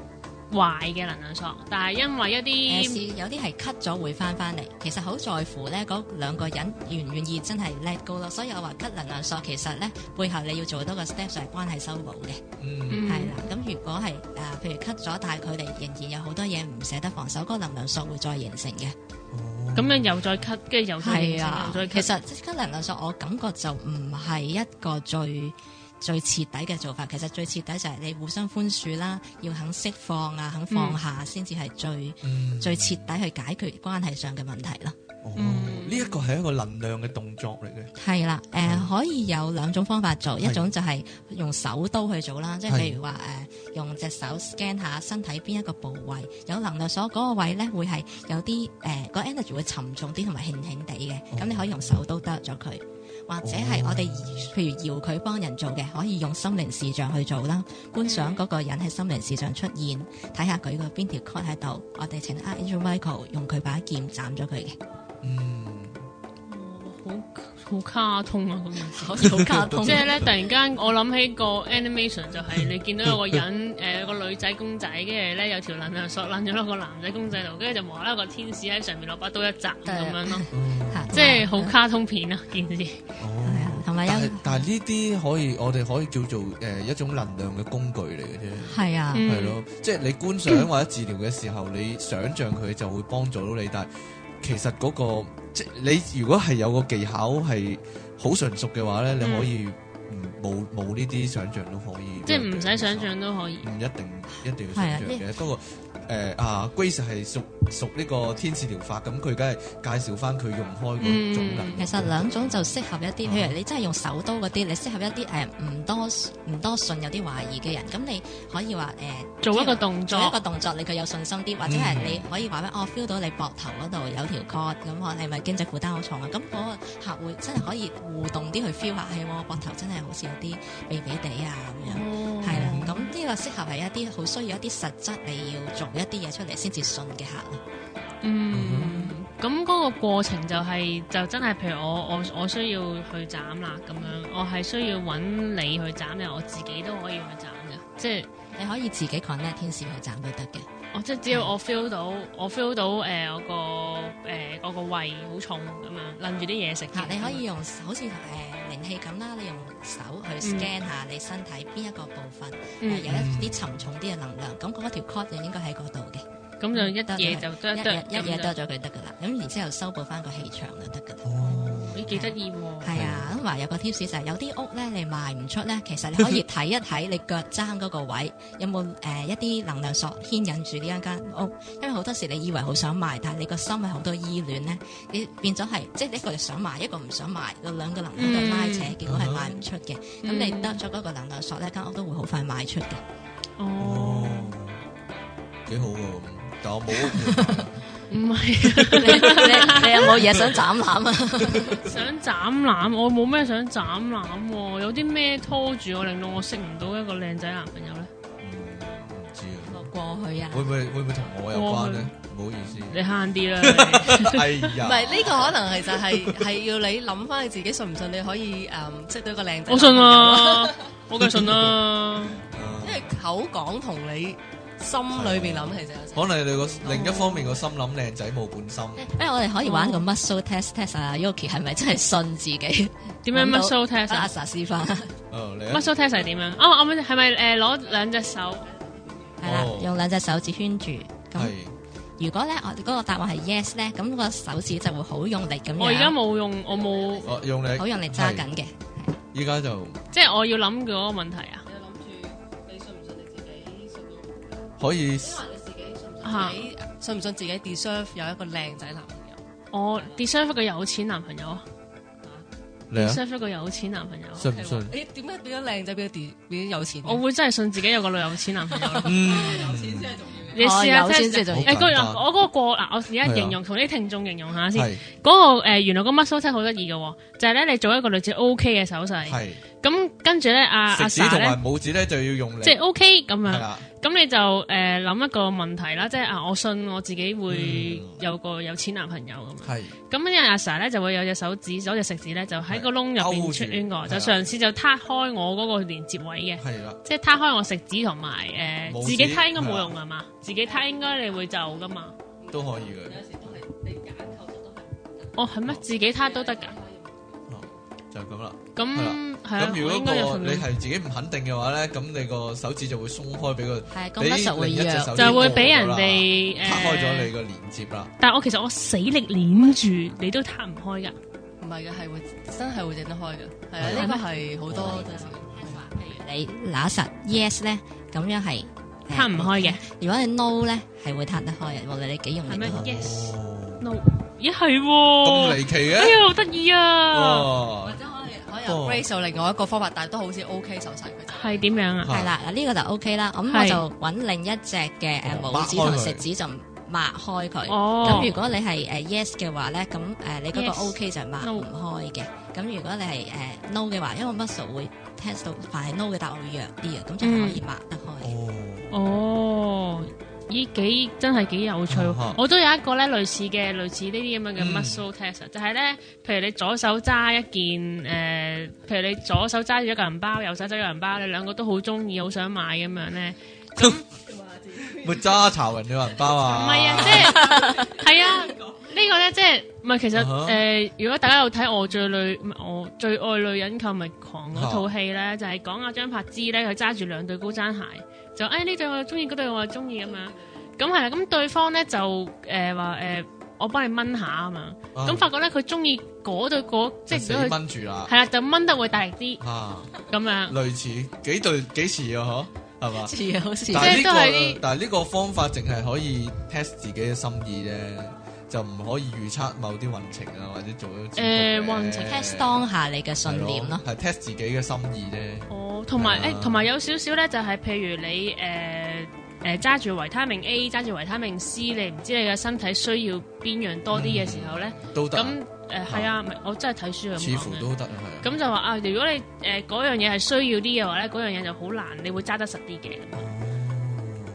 A: 壞嘅能量索，但係因為一
C: 誒
A: 啲
C: 是有啲係 cut 咗會翻翻嚟，其實好在乎咧嗰兩個人願唔願意真係 let go 咯。所以我話 cut 能量索其實咧背後你要做多個 step 就係關係修補嘅，
B: 嗯
A: 嗯
C: 係啦、咁如果係誒、呃譬如 cut 咗，但係佢哋仍然有好多嘢唔捨得防守，嗰、個能量索會再形成嘅。
B: 哦
A: 咁樣又再 cut，跟住又再形
C: 係
A: 成
C: 啊
A: 又再，
C: 其
A: cut。
C: 實即 cut 能量索我感覺就唔係一個最。最徹底嘅做法，其實最徹底就係你互相寬恕啦，要肯釋放啊，肯放下先至係最、
B: 嗯
C: 最徹底去解決關係上嘅問題咯。
B: 哦
A: 嗯
B: 呢一個係一個能量嘅動作嚟嘅。
C: 係啦，誒、可以有兩種方法做，一
B: 係
C: 種就係用手刀去做啦，即係
B: 係
C: 譬如話誒、用隻手 scan 下身體邊一個部位有能量所嗰個位咧，會係有啲誒、個 energy 會沉重啲同埋輕輕地嘅，咁、
B: 哦
C: 你可以用手刀剁咗佢。或者係
B: 哦
C: 我哋譬如搖佢幫人做嘅，可以用心靈視像去做啦，觀賞嗰個人喺心靈視像出現，睇下佢個邊條 cord 喺度，我哋請 Angel Michael 用佢把劍斬咗佢嘅。
B: 嗯，
A: 哦好好卡通啊！咁樣。
C: 可以好卡通
A: 即係咧，突然間我諗起個 animation 就係你見到有個人，誒、有個女仔公仔，跟住咧有條能量索撚咗落個男仔公仔度，跟住就無啦啦個天使喺上面攞把刀一扎咁樣 咯，
B: 哦
C: 嚇
A: 即係好卡通片啊！件事
B: 哦
C: 係啊，同埋有
B: 但係但係呢啲可以，我哋可以叫做誒一種能量嘅工具嚟嘅啫。
C: 係啊。
A: 嗯
B: 係咯，即係你觀賞或者治療嘅時候，你想像佢就會幫助到你，但係其實嗰、個即係你如果係有個技巧係好純熟嘅話咧，你可以唔冇冇呢啲想像都可以，
A: 嗯即係唔使想，像都可以。
B: 唔一定一定要
C: 係啊
B: 想像嘅。不過誒啊，Grace 係屬屬呢個天使療法，咁佢梗係介紹翻佢用
A: 嗯
B: 開嗰種能力。
C: 其實兩種就適合一啲，譬如你真係用手刀嗰啲，你適合一啲誒唔多唔多信有啲懷疑嘅人，咁你可以話誒、
A: 做一個動
C: 做一個
A: 作，
C: 動作，你佢有信心啲，或者係
B: 嗯
C: 你可以話俾我 feel 到你膊頭嗰度有條 cord，咁我你咪經濟負擔好重啊，咁嗰個客會真係可以互動啲去 feel 下，係喎我膊頭真係好似有啲痹痹地啊咁樣。
A: 哦
C: 係啦，咁呢個適合係一啲好需要一啲實質，你要做一啲嘢出嚟先至信嘅客咯。
A: 嗯，咁嗰個過程就係、就真係，譬如我我我需要去斬啦咁樣，我係需要揾你去斬嘅，我自己都可以去斬嘅，即係
C: 你可以自己 connect 天使去賺都得嘅。
A: 我哦即係只要我 feel 到，我 feel 到誒、呃我個誒、呃我個胃好重咁樣，拎住啲嘢食嘅
C: 啊嚇，你可以用好似誒靈氣咁啦，你用手去 scan 下你身體邊一個部分誒
A: 嗯
C: 有一啲沉重啲嘅能量，咁嗰條 cord 就應該喺嗰度嘅，
A: 咁就一
C: 嗯得
A: 嘢就
C: 一
A: 得
C: 嘢
A: 得
C: 一嘢得咗佢得噶啦，咁然之後修補翻個氣場就得噶啦。
B: 哦，
A: 你幾得意喎！
C: 係啊，咁話有個 tips 就係有啲屋咧，你賣唔出 咧，其實你可以睇一睇你腳踭嗰個位有冇誒、呃一啲能量索牽引住呢一間屋，因為好多時你以為好想賣，但係你個心係好多依戀咧，你變咗係即係一個想賣，一個唔想賣，個兩個能量喺度拉扯，
A: 嗯
C: 結果係賣唔出嘅。咁、
A: 嗯
C: 你得咗嗰個能量索咧，間屋都會好快賣出 嘅。
A: 哦，
B: 哦，幾好喎！但我冇屋企
A: 唔係
C: 你你你有冇 嘢想斬攬啊？
A: 想斬攬，我冇咩想斬攬喎，有啲咩拖住我，令到我識唔到一個靚仔男朋友咧？
B: 嗯唔知啊。
C: 過去啊，
B: 會唔會會唔會同我有關咧？唔好意 思，
A: 你慳啲 啦，
B: 哎
D: 唔
B: 呀，
D: 係呢個可能係就係係要你諗翻你自己信唔信你可以誒識到一個靚仔。
A: 我信，啊，我梗係信啦。
B: 啊
D: 因為口講同你心裏邊諗其實有時
B: 可能你個另一方面個心諗靚仔冇 本心，
C: 因為哎我哋可以玩個 muscle test test 啊，Yuki 係咪真係信自己？
A: 點樣
C: 揾到
A: muscle test
C: 阿
A: 啊
C: Sa 示範。
B: 誒你一
A: muscle test 係點樣？啊，我咪係咪誒攞兩隻手？
C: 係啦
B: 哦，
C: 用兩隻手指圈住。咁
B: 係
C: 如果咧，我嗰個答案係 yes 咧，咁個手指就會好用力咁樣。
A: 我而家冇用，我冇，
B: 我用你
C: 好用力揸緊，
B: 係
C: 嘅，
B: 依家就
A: 即係我要諗嗰個問題啊。
D: 你諗住你信唔信你自己信到？
B: 可以
D: 因為你自己信唔信
A: 啊
D: 自己信唔信自己 deserve 有一個靚仔男朋友？
A: 我 deserve 一個有錢男朋友啊
B: 你啊，
A: ，deserve 一個有錢男朋友啊。
B: 信唔信？
D: 你點解變咗靚仔變咗 de- 變咗有錢嘅？
A: 我會真係信自己有個女有錢男朋友 咯。
B: 嗯，
D: 錢先係重要嘅。
A: 你試下
C: 哦有錢先最重
B: 要
A: 誒個人我嗰個過啊嗱，我而家形容同啲聽眾形容下先。
B: 啊係
A: 嗰個誒原來個 muscle test 好得意嘅喎，就係咧你做一個類似 OK 嘅手勢，
B: 係
A: 咁跟住咧阿阿
B: 食指
A: Sa
B: 同
A: 咧
B: 埋拇指咧就要用力，
A: 即係 OK 咁
B: 係
A: 樣。
B: 啦，
A: 咁你就呃誒諗、一個問題啦，即係啊，我信我自己會
B: 嗯
A: 有個有錢男朋友咁樣。
B: 係
A: 咁因為阿 Sa 咧就會有隻手指，左隻食指咧就喺個窿入
B: 勾住
A: 邊穿過，就
B: 係啊
A: 嘗試就攤開我嗰個連接位嘅，
B: 係啦，
A: 即係攤開我食指同埋誒
B: 拇指
A: 自己攤應該
B: 係
A: 冇
B: 啊
A: 用係嘛？自己攤應該你會就噶嘛？
B: 都可以嘅，
D: 時都係你揀構都係
A: 哦，係咩？自己攤都得㗎？
B: 哦就係咁啦。
A: 咁
B: 係啦
A: 係啊，
B: 咁如
A: 我應該有
B: 果個
A: 同
B: 你係自己唔肯定嘅話咧，咁你個手指就會鬆開俾個。
C: 係
B: 俾
C: 咁乜實會
B: 另一隻手
C: 弱。
A: 就會俾人
B: 已
A: 哋
B: 拆開咗你
A: 誒，
B: 個連接啦，
A: 但係我其實我死力攣住，你都攤唔開㗎。
D: 唔係嘅，係會真係會整得開嘅。係
B: 係啊
D: 啊，呢個係好多陣時。
C: 你揦實 yes 咧，咁樣係
A: 攤唔開嘅。
C: 如果你 no 咧，係會攤得開嘅，無論你幾用
A: 係
C: 力
A: 咩
C: 都好。
A: ？Yes。
B: 哦
A: No，咦係
B: 嗯咁
A: 喎，
B: 離奇
A: 哎
B: 嘅，
A: 呀好得意啊，
B: 哦
D: 或，者可以可以
B: 哦
D: Grace 有另外一個方法，但係都好似 OK 手勢佢就
A: 係點樣啊？
C: 係啦，嗱呢個就 OK 啦。咁我
A: 係
C: 就揾另一隻嘅誒
B: 哦
C: 拇
B: 擘
C: 指
B: 開
C: 同
B: 佢
C: 食指就擘開佢。
A: 哦
C: 咁，如果你係誒 yes 嘅話咧，咁誒你嗰
A: Yes
C: 個 OK 就係
A: No
C: 擘唔開嘅。咁如果你係誒呃 no 嘅話，因為 muscle 會 test 到凡係 no 嘅答案會弱啲啊嘅，咁就可以擘得開。
B: 哦，
A: 哦，咦幾真係幾有趣喎
B: 啊哈！
A: 我都有一個咧類似嘅類似呢啲咁樣嘅
B: 嗯
A: muscle test，啊就係咧，譬如你左手揸一件誒，譬如你左手揸住一個銀包，右手揸住一個銀包，你兩個都好中意，好想買咁樣咧。
B: 咪揸巢人哋銀包
A: 唔
B: 啊？
A: 係啊， 即係係啊，呢個咧即係唔係其實
B: 啊哈
A: 誒？如果大家有睇我最女唔係我最愛女人購物狂嗰套戲
B: Uh-huh
A: 咧，就係講阿張柏芝咧，佢揸住兩對高踭鞋，就誒呢對我中意，嗰對我又中意咁樣。咁係啦，咁對方咧就誒話誒。我幫你掹下啊嘛。
B: 啊
A: 咁發覺咧，佢中意嗰對嗰即
B: 就
A: 係
B: 死
A: 如果佢
B: 掹住啦，
A: 係啦，就掹得會大力啲
B: 啊，
A: 咁樣。
B: 類似幾對幾似啊，嗬，係嘛？
D: 似啊，好似
B: 但係呢
A: 即係都係啲
B: 個，但係呢個方法淨係可以 test 自己嘅心意啫，就唔可以預測某啲運程啊，或者做咗
A: 誒運程
C: test 當下你嘅信念咯。
B: 係 test 自己嘅心意啫。
A: 哦，同埋
B: 係啊
A: 誒，同埋有少少咧，就係譬如你誒誒揸住維他命 A，揸住維他命 C，你唔知你嘅身體需要邊樣多啲嘅時候咧，
B: 都得啊，
A: 咁誒係啊，咪我真係睇書咁
B: 似
A: 講
B: 乎
A: 嘅
B: 都得啊，係啊。
A: 咁就話啊，如果你誒嗰、樣嘢係需要啲嘅話咧，嗰樣嘢就好難，你會揸得實啲嘅。
B: 哦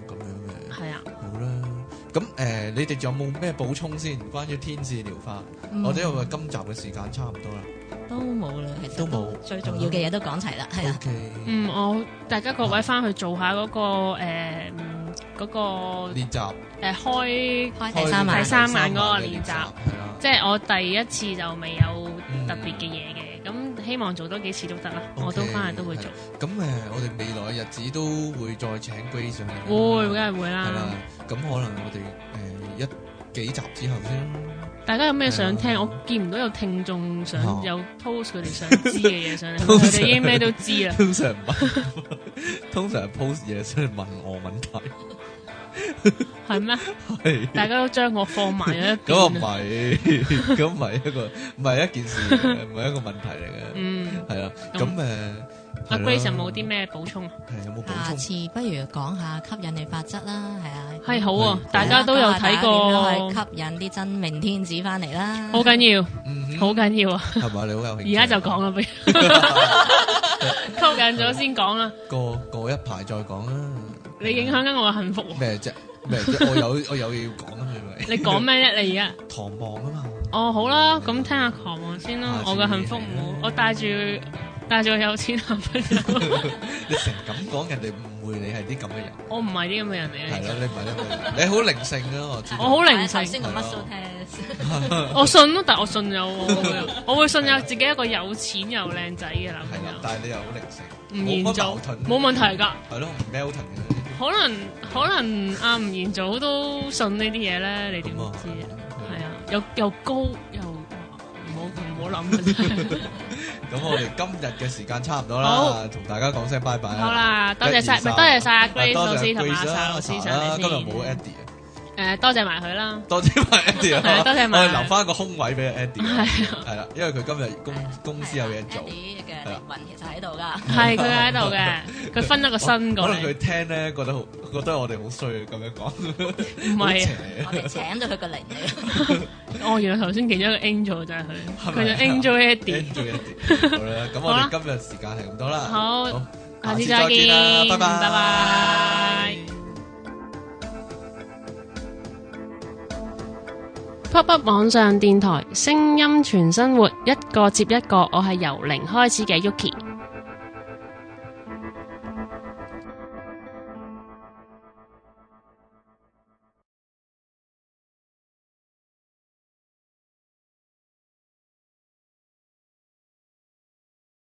B: 咁樣嘅。
A: 係啊，
B: 好啦，咁誒、呃你哋仲有冇咩補充先？關於天使療法，或者我哋今集嘅時間差唔多啦。
C: 都冇啦，其實
B: 都冇
C: 最重要嘅嘢都講齊啦，
B: O
C: 係啊啦，
B: K，
A: 嗯，我大家各位翻去做下嗰、個誒嗯嗰、個誒、
B: 練習
A: 開，
C: 開第三
A: 開
C: 啊
B: 啊
C: 晚
A: 第。三晚嗰個
B: 嘅
A: 練習
B: 係啦。
A: 即係我第一次就未有
B: 嗯
A: 特別嘅嘢嘅，咁、希望做多幾次都得啦。
B: OK，
A: 我都翻去都會做，
B: 咁誒，我哋未來嘅日子都會再請 Grace 上嚟啦。
A: 會梗係會
B: 係 啦
A: 啦。。
B: 咁可能我哋誒、一幾集之後先啦。
A: 大家有咩想聽？
B: 係啊
A: 我見唔到有聽眾想
B: 哦
A: 有 post 佢哋想知嘅嘢 上嚟，佢哋已經咩都知啦。
B: 通常問，通常 post 嘢先問我問 題。
A: 係咩？
B: 係
A: 大家都將我放埋咗一
B: 咁啊唔
A: 邊啊。
B: 係，咁唔係一個唔係一件事嚟嘅，唔係一個問題嚟嘅。
A: 嗯。
B: 系啦，
A: 咁
B: 咁誒，
A: 阿 À, Grace 有
B: à,
A: 冇啲咩補充啊？
B: 係有冇補
C: 下
B: 充？
C: 次不如講下吸引力法則啦，係啊，
A: 係好啊
B: 係，
A: 大家都有睇
C: 講
A: 過，
C: 下大家點樣去吸引啲真命天子翻嚟啦。
A: 好緊要，
B: 嗯
A: 好緊要啊！
B: 哼，係咪你好有興
A: 而
B: 趣？
A: 家就講 啦，不如 溝緊咗先講啦。
B: 過過一排再講啦。
A: 你影響緊我嘅幸福喎，
B: 咩啫？咩啫？我有我有嘢要講啊，你咪
A: 你講咩啫？你而家
B: 唐望啊嘛，
A: 哦好啦，咁聽下狂妄先啦
B: 下。次
A: 我嘅幸福
B: 係啊
A: 唔好，我帶住帶住個有錢男朋 友，
B: 你成日咁講，人哋誤會你係啲咁嘅人，
A: 我唔係啲咁嘅人嚟
B: 係
A: 嘅。
B: 咯？你唔係呢個人，你好靈性啊，我知道。
A: 我好靈
C: 頭
A: 性
C: 先，個 muscle test，
B: 啊
A: 我信咯，但我信有 我，我會信有自己一個有錢又靚仔嘅男朋
B: 係啦，
A: 友，
B: 但係你又好靈性，
A: 吳
B: 冇
A: 彥
B: 乜矛
A: 祖
B: 盾，
A: 冇問題㗎。
B: 係咯，唔 melting 嘅
A: 可能可能阿吳彥祖都信呢啲嘢咧，你點
B: 咁啊
A: 知啊？係啊，又又高又唔好唔好諗 啊
B: 咁我哋今日嘅時間差唔多啦
A: 好，
B: 同大家講聲拜拜
A: 好。啦，多謝晒，
B: 一二
A: 唔係多
B: 三
A: 謝晒阿
B: 啊
A: Grace
B: 多謝
A: 老師同埋阿
B: Grace 啦
A: Sa 老師上
B: 阿 Sa 啦
A: 嚟
B: 今日
A: 先。
B: 冇 Eddie 啊。
A: 誒，多謝埋佢 啦。
B: 多謝埋 Andy
A: 係
B: 啊
A: 啊，多謝埋
B: 我哋留翻個空位俾 Andy，啊
A: 係
B: 係啦，因為佢今日公公司有嘢做，
C: Eddie 啊嘅靈魂其實喺度㗎。
A: 係佢喺度嘅，佢分咗個身過
B: 可能
A: 嚟，
B: 佢聽咧覺得好，覺得我哋好衰咁樣講，
A: 唔
B: 好
A: 係啊。
B: 邪
C: 我哋請咗佢個靈嚟，
A: 哦，原來頭先見咗個 Angel 就係
B: 係
A: 佢，
B: 咪啊
A: 佢就 Angel Eddie。
B: Andy Andy，好啦，咁 我
A: 好啦
B: 哋今日時間係咁多啦，
A: 好
B: 下
A: 下
B: 次
A: 次
B: 再
A: 再
B: 見
A: 見
B: 啦，拜拜，
A: 拜拜。Pop Up 網上電台，聲音全生活，一個接一個，我係由零開始嘅 Yuki。